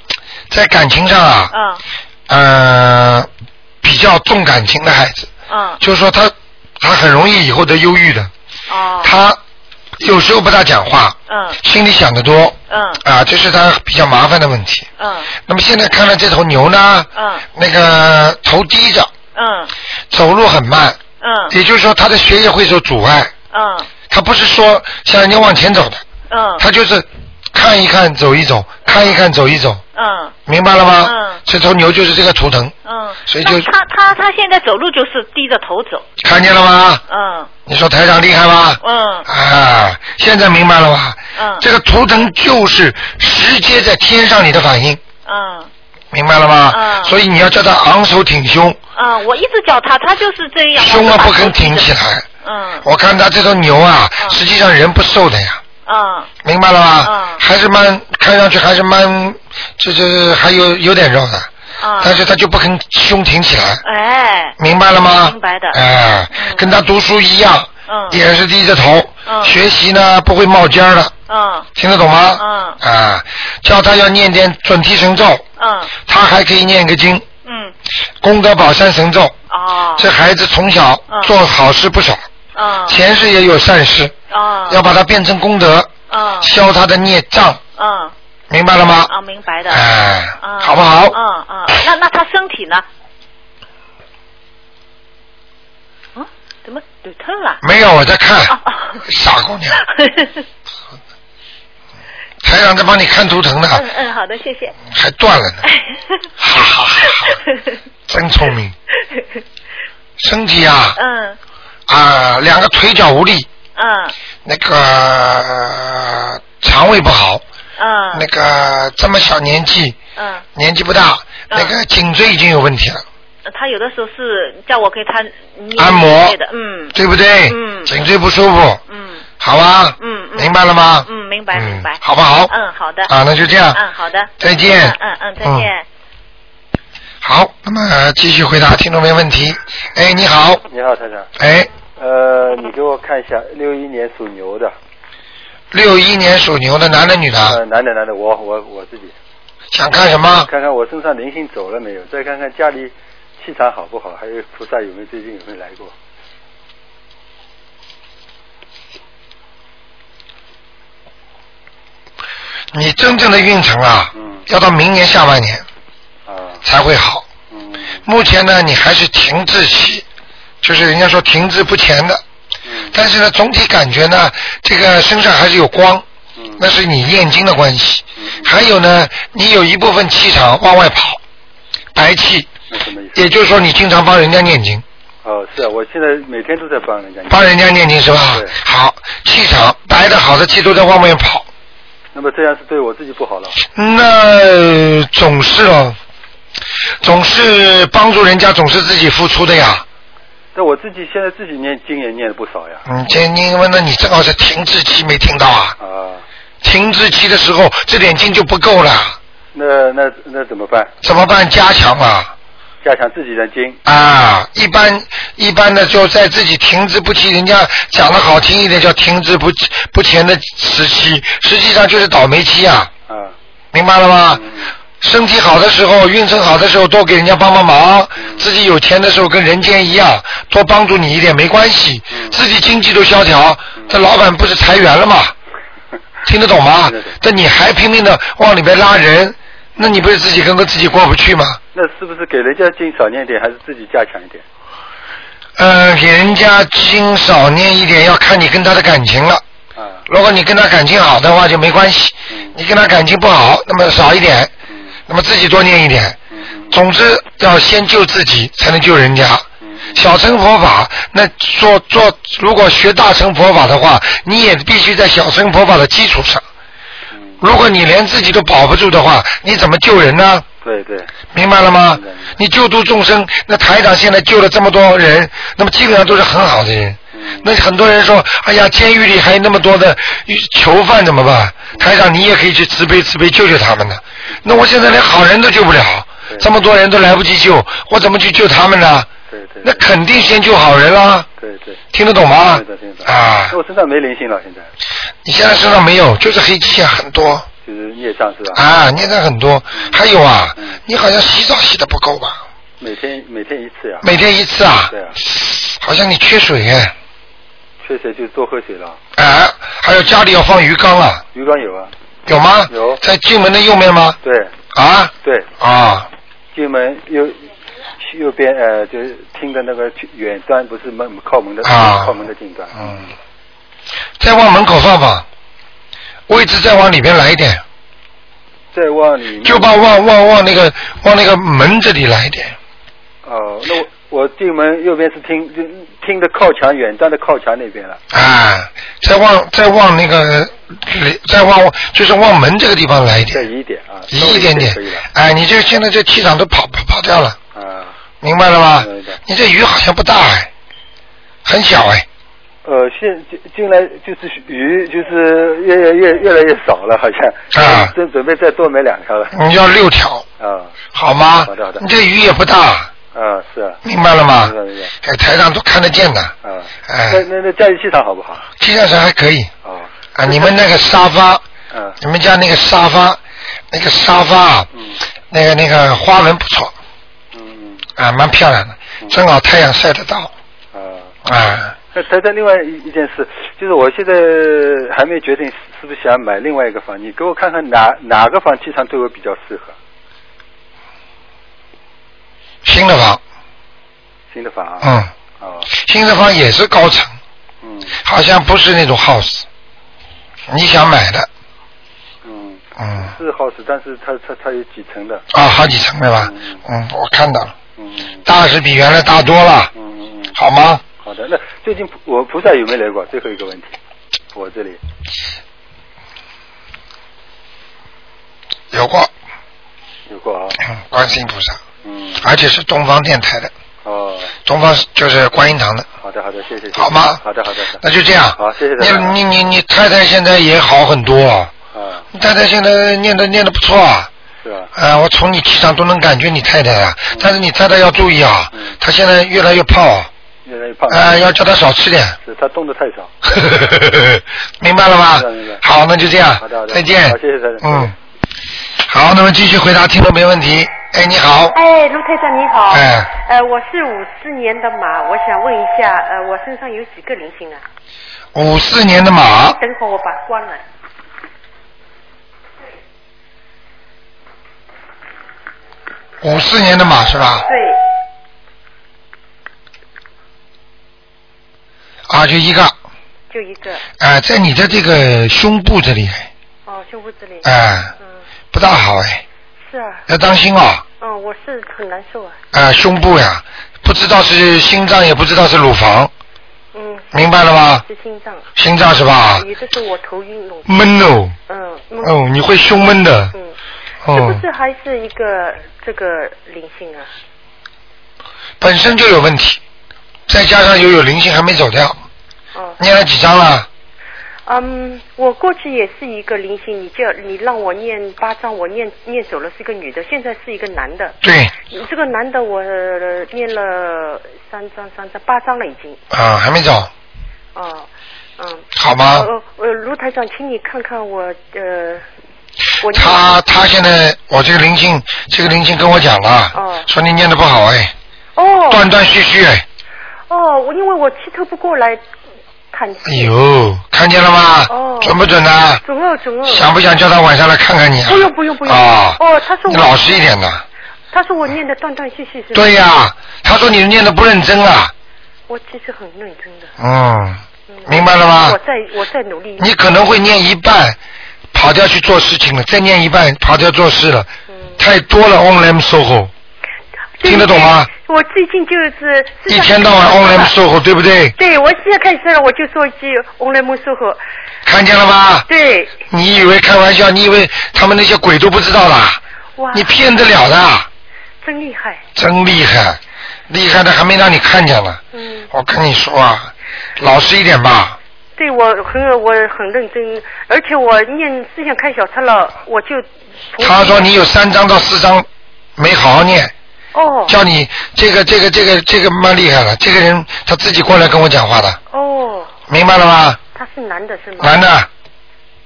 A: 在感情上啊，
K: 嗯
J: 嗯
A: 呃，比较重感情的孩子，
K: 嗯
A: 就是说他他很容易以后得忧郁的。
K: 哦。
A: 他有时候不大讲话，
K: 嗯
A: 心里想得多，
K: 嗯
A: 啊，这是他比较麻烦的问题。
K: 嗯
A: 那么现在看到这头牛呢，
K: 嗯
A: 那个头低着，
K: 嗯
A: 走路很慢，
K: 嗯
A: 也就是说他的学业会受阻碍。
K: 嗯
A: 他不是说像人家往前走的，
K: 嗯
A: 他就是看一看走一走，看一看走一走，
K: 嗯
A: 明白了吗？
K: 嗯
A: 这头牛就是这个图腾，
K: 嗯，
A: 所以就
K: 她她她现在走路就是低着头走，
A: 看见了吗？
K: 嗯
A: 你说台长厉害吗？
K: 嗯
A: 啊，现在明白了吧？
K: 嗯
A: 这个图腾就是直接在天上你的反应，
K: 嗯
A: 明白了吗？
K: 嗯
A: 所以你要叫他昂首挺胸，
K: 嗯，我一直叫她，她就是这样，
A: 胸
K: 老是
A: 啊
K: 把
A: 不肯
K: 头低
A: 挺
K: 着
A: 起来。
K: 嗯
A: 我看他这头牛啊，实际上人不瘦的呀，
K: 嗯
A: 明白了吧？
K: 嗯
A: 还是蛮看上去还是蛮，这这还有有点肉的，
K: 嗯，
A: 但是他就不肯胸挺起来，
K: 哎，
A: 明白了吗？
K: 明白的，
A: 哎、跟他读书一样，
K: 嗯
A: 也是低着头，
K: 嗯
A: 学习呢不会冒尖儿的，
K: 嗯
A: 听得懂吗？
K: 嗯
A: 啊，叫他要念点准提神咒，
K: 嗯
A: 他还可以念个经，
K: 嗯
A: 功德宝山神咒。
K: 哦
A: 这孩子从小
K: 嗯
A: 做好事不少，
K: 嗯
A: 前世也有善事，
K: 嗯
A: 要把它变成功德，
K: 嗯
A: 消他的孽障，
K: 嗯
A: 明白了吗？
K: 啊，明白的。
A: 哎
K: 嗯，
A: 好不好
K: 嗯嗯，那那他身体呢？嗯，怎么啊堵特了？
A: 没有我在看
K: 哦哦
A: 傻姑娘，台长在帮你看图腾呢，
K: 嗯嗯，好的，谢谢。哎
A: 还断了呢，哈哈 哈哈，真聪明。身体啊
K: 嗯
A: 啊，两个腿脚无力，
K: 嗯
A: 那个呃肠胃不好，
K: 嗯
A: 那个这么小年纪，
K: 嗯，
A: 年纪不大，那个颈椎已经有问题了，
K: 他有的时候是叫我给他捏
A: 按摩
K: 之类的，嗯，
A: 对不对？
K: 嗯，
A: 颈椎不舒服，
K: 嗯
A: 好吧？
K: 嗯，嗯
A: 明白了吗？
K: 嗯，明白
A: 嗯
K: 明白，
A: 好不好
K: 嗯，好的。
A: 啊那就这样
K: 嗯，好的。
A: 再见
K: 嗯嗯嗯，再
A: 嗯
K: 见。
A: 好，那么呃继续回答听众没问题。哎，你好，
I: 你好，台长。
A: 哎，
I: 呃，你给我看一下，六一年属牛的。
A: 六一年属牛的，男的女的？
I: 呃，男的，男的，我我我自己。
A: 想看什么？
I: 看看我身上灵性走了没有？再看看家里气场好不好？还有菩萨有没有最近有没有来过？
A: 你真正的运程啊，
I: 嗯
A: 要到明年下半年才会好。目前呢，你还是停滞期，就是人家说停滞不前的。但是呢，总体感觉呢，这个身上还是有光，那是你念经的关系。还有呢，你有一部分气场往外跑，白气，也就是说你经常帮人家念经，
I: 哦，是啊，我现在每天都在帮人家。
A: 帮人家念经是吧？好，气场白的好的气都在往外跑，
I: 那么这样是对我自己不好了。
A: 那总是哦，总是帮助人家，总是自己付出的呀。
I: 但我自己现在自己念经也念了不少呀。
A: 嗯，这因为呢，你正好是停滞期，没听到啊？
I: 啊，
A: 停滞期的时候，这点劲就不够了，
I: 那那那怎么办？
A: 怎么办？加强啊！
I: 加强自己的经。
A: 啊，一般一般的就在自己停滞不前，人家讲的好听一点叫停滞不不前的时期，实际上就是倒霉期啊，
I: 啊，嗯
A: 明白了吗？身体好的时候，运程好的时候，多给人家帮帮忙。自己有钱的时候，跟人间一样，多帮助你一点没关系。自己经济都萧条，这老板不是裁员了吗？听得懂吗？这你还拼命的往里面拉人，那你不是自己跟个自己过不去吗？
I: 那是不是给人家经少念点，还是自己加强一点？
A: 呃，给人家经少念一点，要看你跟他的感情了。
I: 啊
A: 如果你跟他感情好的话就没关系，
I: 嗯
A: 你跟他感情不好，那么少一点，那么自己多念一点。
I: 嗯
A: 总之要先救自己，才能救人家。
I: 嗯
A: 小乘佛法，那做做如果学大乘佛法的话，你也必须在小乘佛法的基础上。如果你连自己都保不住的话，你怎么救人呢？
I: 对对，
A: 明白了吗？你救度众生，那台长现在救了这么多人，那么基本上都是很好的人。
I: 嗯
A: 那很多人说，哎呀，监狱里还有那么多的呃囚犯怎么办？台长，你也可以去慈悲慈悲救救他们呢。那我现在连好人都救不了，这么多人都来不及救，我怎么去救他们呢？
I: 对对
A: 那肯定先救好人啦。
I: 对对，
A: 听得懂吗
I: 对的听得懂。
A: 啊，
I: 那我身上没灵性了，现在
A: 你现在身上没有，就是黑气啊，很多
I: 就是业障是吧？
A: 啊，孽障很多。还有啊，你好像洗澡洗的不够吧？
I: 每天每天一次呀。
A: 每天一次啊
I: 对啊，
A: 好像你缺水哎，
I: 缺水就多喝水了。
A: 啊，还有家里要放鱼缸啊，
I: 鱼缸有啊。
A: 有吗？
I: 有。
A: 在进门的右面吗？
I: 对。
A: 啊？
I: 对。
A: 啊。
I: 进门右右边呃，就是厅的那个远端，不是门靠门的、
A: 啊
I: 靠门的近端。
A: 嗯。再往门口放放，位置再往里边来一点，
I: 再往里面。
A: 就把往往往那个往那个门这里来一点，
I: 哦，那我我进门右边是厅，就厅的靠墙，远端的靠墙那边了。
A: 啊，再往再往那个里再往就是往门这个地方来一点，
I: 再移一点啊，
A: 移
I: 稍微
A: 一点点
I: 可以了。，
A: 哎，你这现在这气场都跑跑跑掉了，
I: 啊，
A: 明白了吗
I: 明白明白？
A: 你这鱼好像不大哎，很小哎，
I: 呃，现进进来就是鱼，就是越来越越来越少了，好像啊，正准备再多买两条了。
A: 你要六条
I: 啊，
A: 好吗？
I: 好的好的。
A: 你这鱼也不大，
I: 啊，是啊。
A: 明白了吗
I: 明白明白。
A: 哎，台上都看得见的，
I: 啊，
A: 哎
I: 那那那家里气场好不好？
A: 气象上还可以
I: 哦，
A: 啊。你们那个沙发，
I: 嗯，
A: 你们家那个沙发，那个沙发啊，那个那个花纹不错，嗯啊，蛮漂亮的，
I: 嗯
A: 正好太阳晒得到
I: 啊。
A: 啊。
I: 那谈谈另外一一件事，就是我现在还没决定是是不是想买另外一个房，你给我看看哪哪个房气场对我比较适合？
A: 新的房，
I: 新的房啊？
A: 嗯，
I: 哦，
A: 新的房也是高层，
I: 嗯，
A: 好像不是那种 house，你想买的，
I: 嗯，
A: 嗯
I: 是 house，但是它它它有几层的，
A: 啊，好几层对吧？嗯，我看到了，
I: 嗯，
A: 大是比原来大多了，
I: 嗯嗯，
A: 好吗？
I: 好的，那最近菩我菩萨有没有来过？最后一个问题，我这里
A: 有过，
I: 有过啊，
A: 嗯观世音菩萨，
I: 嗯，
A: 而且是东方电台的，
I: 哦，
A: 东方就是观音堂的，
I: 好的好的，谢谢，谢谢
A: 好吗
I: 好的好的，
A: 那就这样。
I: 好，谢谢大
A: 你
I: 家。
A: 你你你太太现在也好很多啊，
I: 啊，
A: 你太太现在念的念的不错啊。
I: 是吧？
A: 啊，我从你气场都能感觉你太太啊，但是你太太要注意啊，
I: 嗯
A: 她现在越来越胖啊，
I: 越来越胖。
A: 啊要叫他少吃点
I: 是他动的太少。
A: 明白了吧
I: 明白明白？
A: 好，那就这样
I: 好的好，的
A: 再见
I: 好谢谢再见。
A: 嗯，好，那么继续回答听众没问题。哎，你好，
H: 哎，卢台长你好。
A: 哎。
H: 呃，我是五四年的马，我想问一下，呃，我身上有几个灵性啊？
A: 五四年的马，
H: 等会儿我把关了。
A: 五四年的马是吧？
H: 对，
A: 啊，就一个，啊、
H: 就一个。
A: 在你的这个胸部这里，
H: 哦，胸部这里。
A: 哎、不大好哎，
H: 是啊。
A: 要当心哦。
H: 嗯，我是很难受啊。
A: 啊，胸部呀，不知道是心脏，也不知道是乳房，
H: 嗯。
A: 明白了吗
H: 是心脏。
A: 心脏是吧
H: 有的时候我头晕弄。
A: 闷哦，
H: 嗯。嗯
A: 哦，你会胸闷的，
H: 嗯。是
A: 哦
H: 不，是还是一个这个灵性啊？
A: 本身就有问题，再加上又有灵性还没走掉，
H: 哦。
A: 念了几张了？
H: 嗯，我过去也是一个灵性，你叫你让我念八章，我念念走了是一个女的，现在是一个男的。
A: 对，
H: 这个男的我呃念了三章、三章、八章了已经。
A: 啊，还没走，
H: 哦，嗯。
A: 好吗
H: 呃呃，卢台长，请你看看我呃，我念
A: 他他现在我这个灵性，这个灵性跟我讲了，说你念的不好哎，
H: 哦
A: 断断续续哎，
H: 哦，我因为我气透不过来，看
A: 哎呦，看见了吗？
H: 哦
A: 准不准呢、
H: 准哦准哦。
A: 想不想叫他晚上来看看你啊？
H: 不用不用不用。
A: 啊
H: 哦，他说
A: 你
H: 我
A: 老实一点呐、
H: 他说我念的断断续续是吧
A: 对呀、他说你念的不认真啊，
H: 我其实很认真的。
A: 嗯，明白了吗
H: 我？再我再努力。
A: 你可能会念一半，跑掉去做事情了，再念一半跑掉做事了，
H: 嗯
A: 太多了 online soho，
H: 对
A: 听得懂吗？？
H: 对我最近就是
A: 一天到晚 online soho，对不对？
H: 对，我现在开始了，我就说一句 online m o s o h
A: 看见了吗？
H: 对。
A: 你以为开玩笑？你以为他们那些鬼都不知道啦？
H: 哇，
A: 你骗得了的，
H: 真厉害！
A: 真厉害，厉害的还没让你看见呢。嗯。我跟你说啊，老实一点吧。
H: 对我很我很认真，而且我念思想开小差了，我就
A: 他说你有三张到四张没好好念，
H: 哦
A: 叫你这个这个这个这个蛮厉害了。这个人他自己过来跟我讲话的，
H: 哦，
A: 明白了吗？
H: 他是男的是吗？
A: 男的。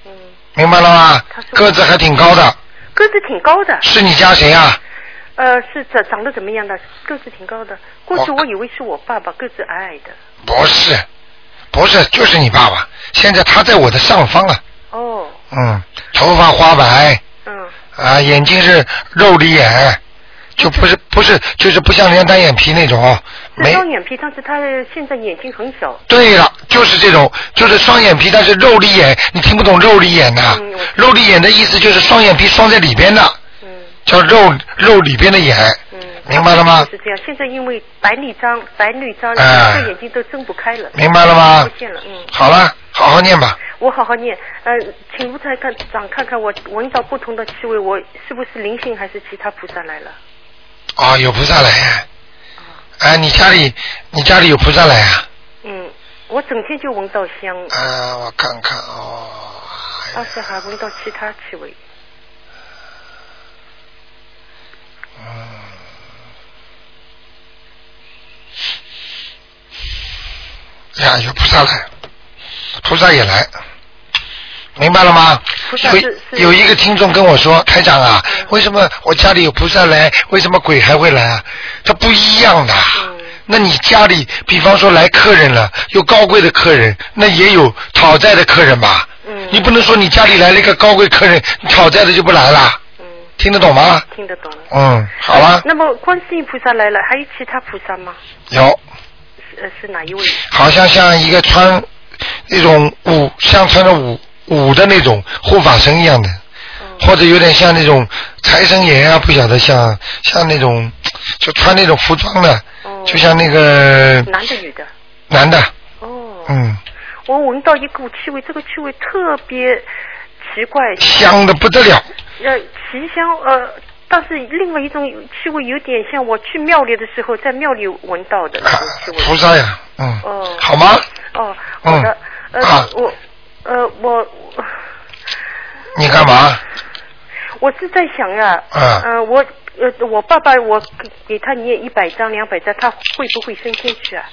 A: 嗯。明白了吗？个子还挺高的，
H: 个子挺高的。
A: 是你家谁啊呀、
H: 呃，是长长得怎么样的？个子挺高的。过去我以为是我爸爸，个子矮矮的。
A: 不是，不是，就是你爸爸。现在他在我的上方啊。
H: 哦。
A: 嗯，头发花白。嗯。啊，眼睛是肉里眼，就不是不是，就是不像人家单眼皮那种，
H: 是
A: 没。
H: 双眼皮，但是他现在眼睛很小。
A: 对了，就是这种，就是双眼皮，但是肉里眼，你听不懂肉里眼呐、肉里眼的意思就是双眼皮双在里边的，
H: 嗯
A: 叫肉肉里边的眼，明白了吗？
H: 是这样，现在因为白内障、白内障，
A: 哎
H: 两个眼睛都睁不开了。
A: 明白了吗
H: 不见了，嗯。
A: 好了，好好念吧。
H: 我好好念，呃，请卢台看长看看我闻到不同的气味，我是不是灵性还是其他菩萨来了？
A: 啊、有菩萨来啊！哎，你家里你家里有菩萨来啊？
H: 嗯，我整天就闻到香，
A: 啊，我看看哦，
H: 而且还闻到其他气味。
A: 哎哎呀，有菩萨来，菩萨也来，明白了吗？
H: 菩萨是
A: 有有一个听众跟我说，台长啊，为什么我家里有菩萨来，为什么鬼还会来啊？它不一样的。
H: 嗯
A: 那你家里，比方说来客人了，有高贵的客人，那也有讨债的客人吧？嗯。你不能说你家里来了一个高贵客人，你讨债的就不来了。嗯。听得懂吗？
H: 听得懂。
A: 嗯，好了，
H: 那么观世音菩萨来了，还有其他菩萨吗？
A: 有。
H: 是呃是哪一位？
A: 好像像一个穿那种武，像穿着武武的那种护法神一样的，或者有点像那种财神爷啊，不晓得像像那种就穿那种服装的，就像那个
H: 哦男的女的？
A: 男的，
H: 哦，
A: 嗯，
H: 我闻到一股气味，这个气味特别奇怪，
A: 香的不得了，啊
H: 呃，奇香呃。但是另外一种气味有点像我去庙里的时候，在庙里闻到的那
A: 啊
H: 种气味。
A: 菩萨呀，嗯，
H: 哦，
A: 好吗？
H: 哦，好的，呃，
A: 啊
H: 我，呃，我，
A: 你干嘛？
H: 我是在想呀、
A: 啊
H: 嗯、呃，我，呃，我爸爸，我给给他念一百张、两百张，他会不会升天去啊？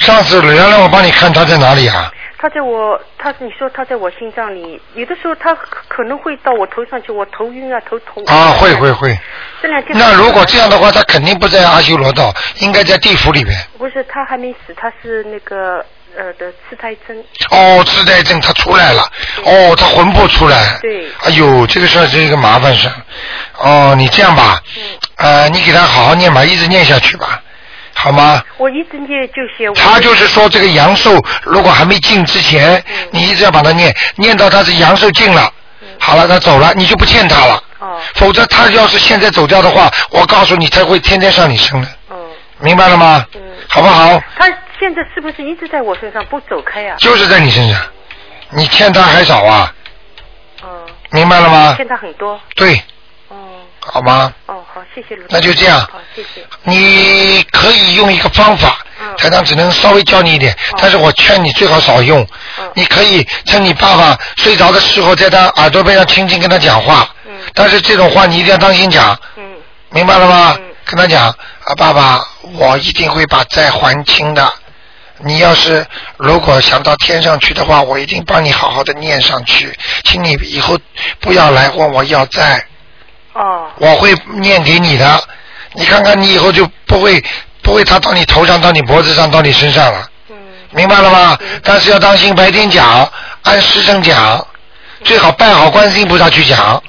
A: 上次原来我帮你看他在哪里啊？
H: 他在我，他你说他在我心脏里，有的时候他可可能会到我头上去，我头晕啊，头痛
A: 啊，会会会。
H: 这两天
A: 那如果这样的话，他肯定不在阿修罗道，应该在地府里边。
H: 不是他还没死，他是那个呃的痴呆症。
A: 哦，痴呆症他出来了，哦，他魂魄出来。
H: 对。
A: 哎呦，这个事儿是一个麻烦事儿。哦，你这样吧，
H: 嗯
A: 呃，你给他好好念吧，一直念下去吧，好吗？
H: 我一直念就写我。
A: 他就是说，这个阳寿如果还没尽之前，
H: 嗯
A: 你一直要把它念，念到他是阳寿尽了，好了，他走了，你就不欠他了。
H: 哦
A: 否则他要是现在走掉的话，我告诉你，他会天天上你身的。明白了吗？
H: 嗯
A: 好不好？
H: 哦他现在是不是一直在我身上不走开呀、啊
A: 就是在你身上，你欠他还少啊。明白了吗？
H: 欠哦他很多。
A: 对。好吗？
H: 哦，好，谢谢卢。
A: 那就这样
H: 好，谢谢。
A: 你可以用一个方法，台长只能稍微教你一点，但是我劝你最好少用。你可以趁你爸爸睡着的时候，在他耳朵边上轻轻跟他讲话，但是这种话你一定要当心讲，明白了吗？跟他讲啊，爸爸，我一定会把债还清的。你要是如果想到天上去的话，我一定帮你好好的念上去，请你以后不要来问我要债。
H: 哦。
A: 我会念给你的，你看看你以后就不会不会他到你头上、到你脖子上、到你身上了。
H: 嗯
A: 明白了吗？但是要当心，白天讲，按时辰讲，最好拜好观世音菩萨去讲。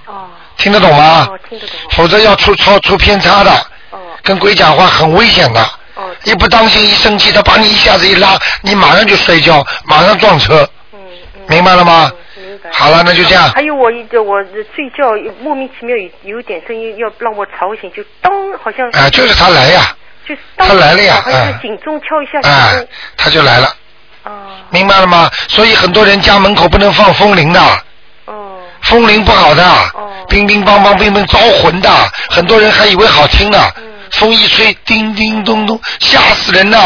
A: 听得懂吗？
H: 哦，听得懂。哦
A: 否则要出错出偏差的。跟鬼讲话很危险的。一不当心一生气，他把你一下子一拉，你马上就摔跤，马上撞车。
H: 嗯
A: 明白了吗？好了，那就这样。
H: 还有我一个我睡觉莫名其妙有有点声音要让我吵醒，就当好像。
A: 哎就是他来呀。
H: 就是当
A: 他来了呀
H: 好像
A: 哎
H: 是警钟敲一下。啊
A: 哎
H: 警钟
A: 他就来了。明白了吗？所以很多人家门口不能放风铃的。
H: 哦
A: 风铃不好的。乒乒乓乓，乒乒招魂的，很多人还以为好听呢。
H: 嗯
A: 风一吹，叮叮咚咚，吓死人的。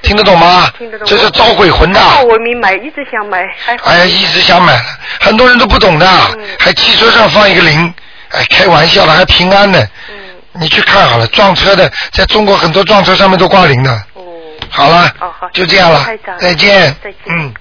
A: 听得懂吗？
H: 嗯听得懂。
A: 这是招鬼魂的。
H: 还好哦我没买，一直想买，还好。
A: 哎呀，一直想买，很多人都不懂的，
H: 嗯
A: 还汽车上放一个铃，哎，开玩笑的，还平安呢。
H: 嗯
A: 你去看好了，撞车的，在中国很多撞车上面都挂铃的。
H: 哦
A: 好了，就这样了
H: 台长，
A: 再见。
H: 再见。
A: 嗯。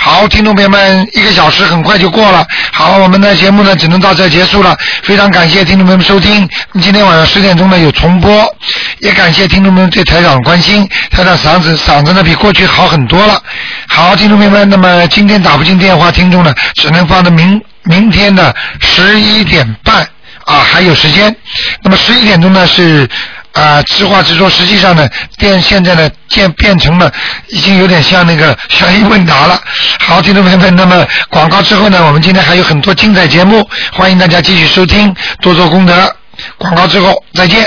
A: 好，听众朋友们，一个小时很快就过了。好，我们的节目呢只能到这儿结束了。非常感谢听众朋友们收听。今天晚上十点钟呢有重播，也感谢听众朋友们对台长的关心。台长嗓子嗓子呢比过去好很多了。好，听众朋友们，那么今天打不进电话，听众呢只能放到明明天的十一点半。啊，还有时间。那么十一点钟呢是啊、直话直说，实际上呢变现在呢变变成了已经有点像那个悬疑问答了。好，听众朋友们，那么广告之后呢，我们今天还有很多精彩节目，欢迎大家继续收听，多做功德。广告之后再见。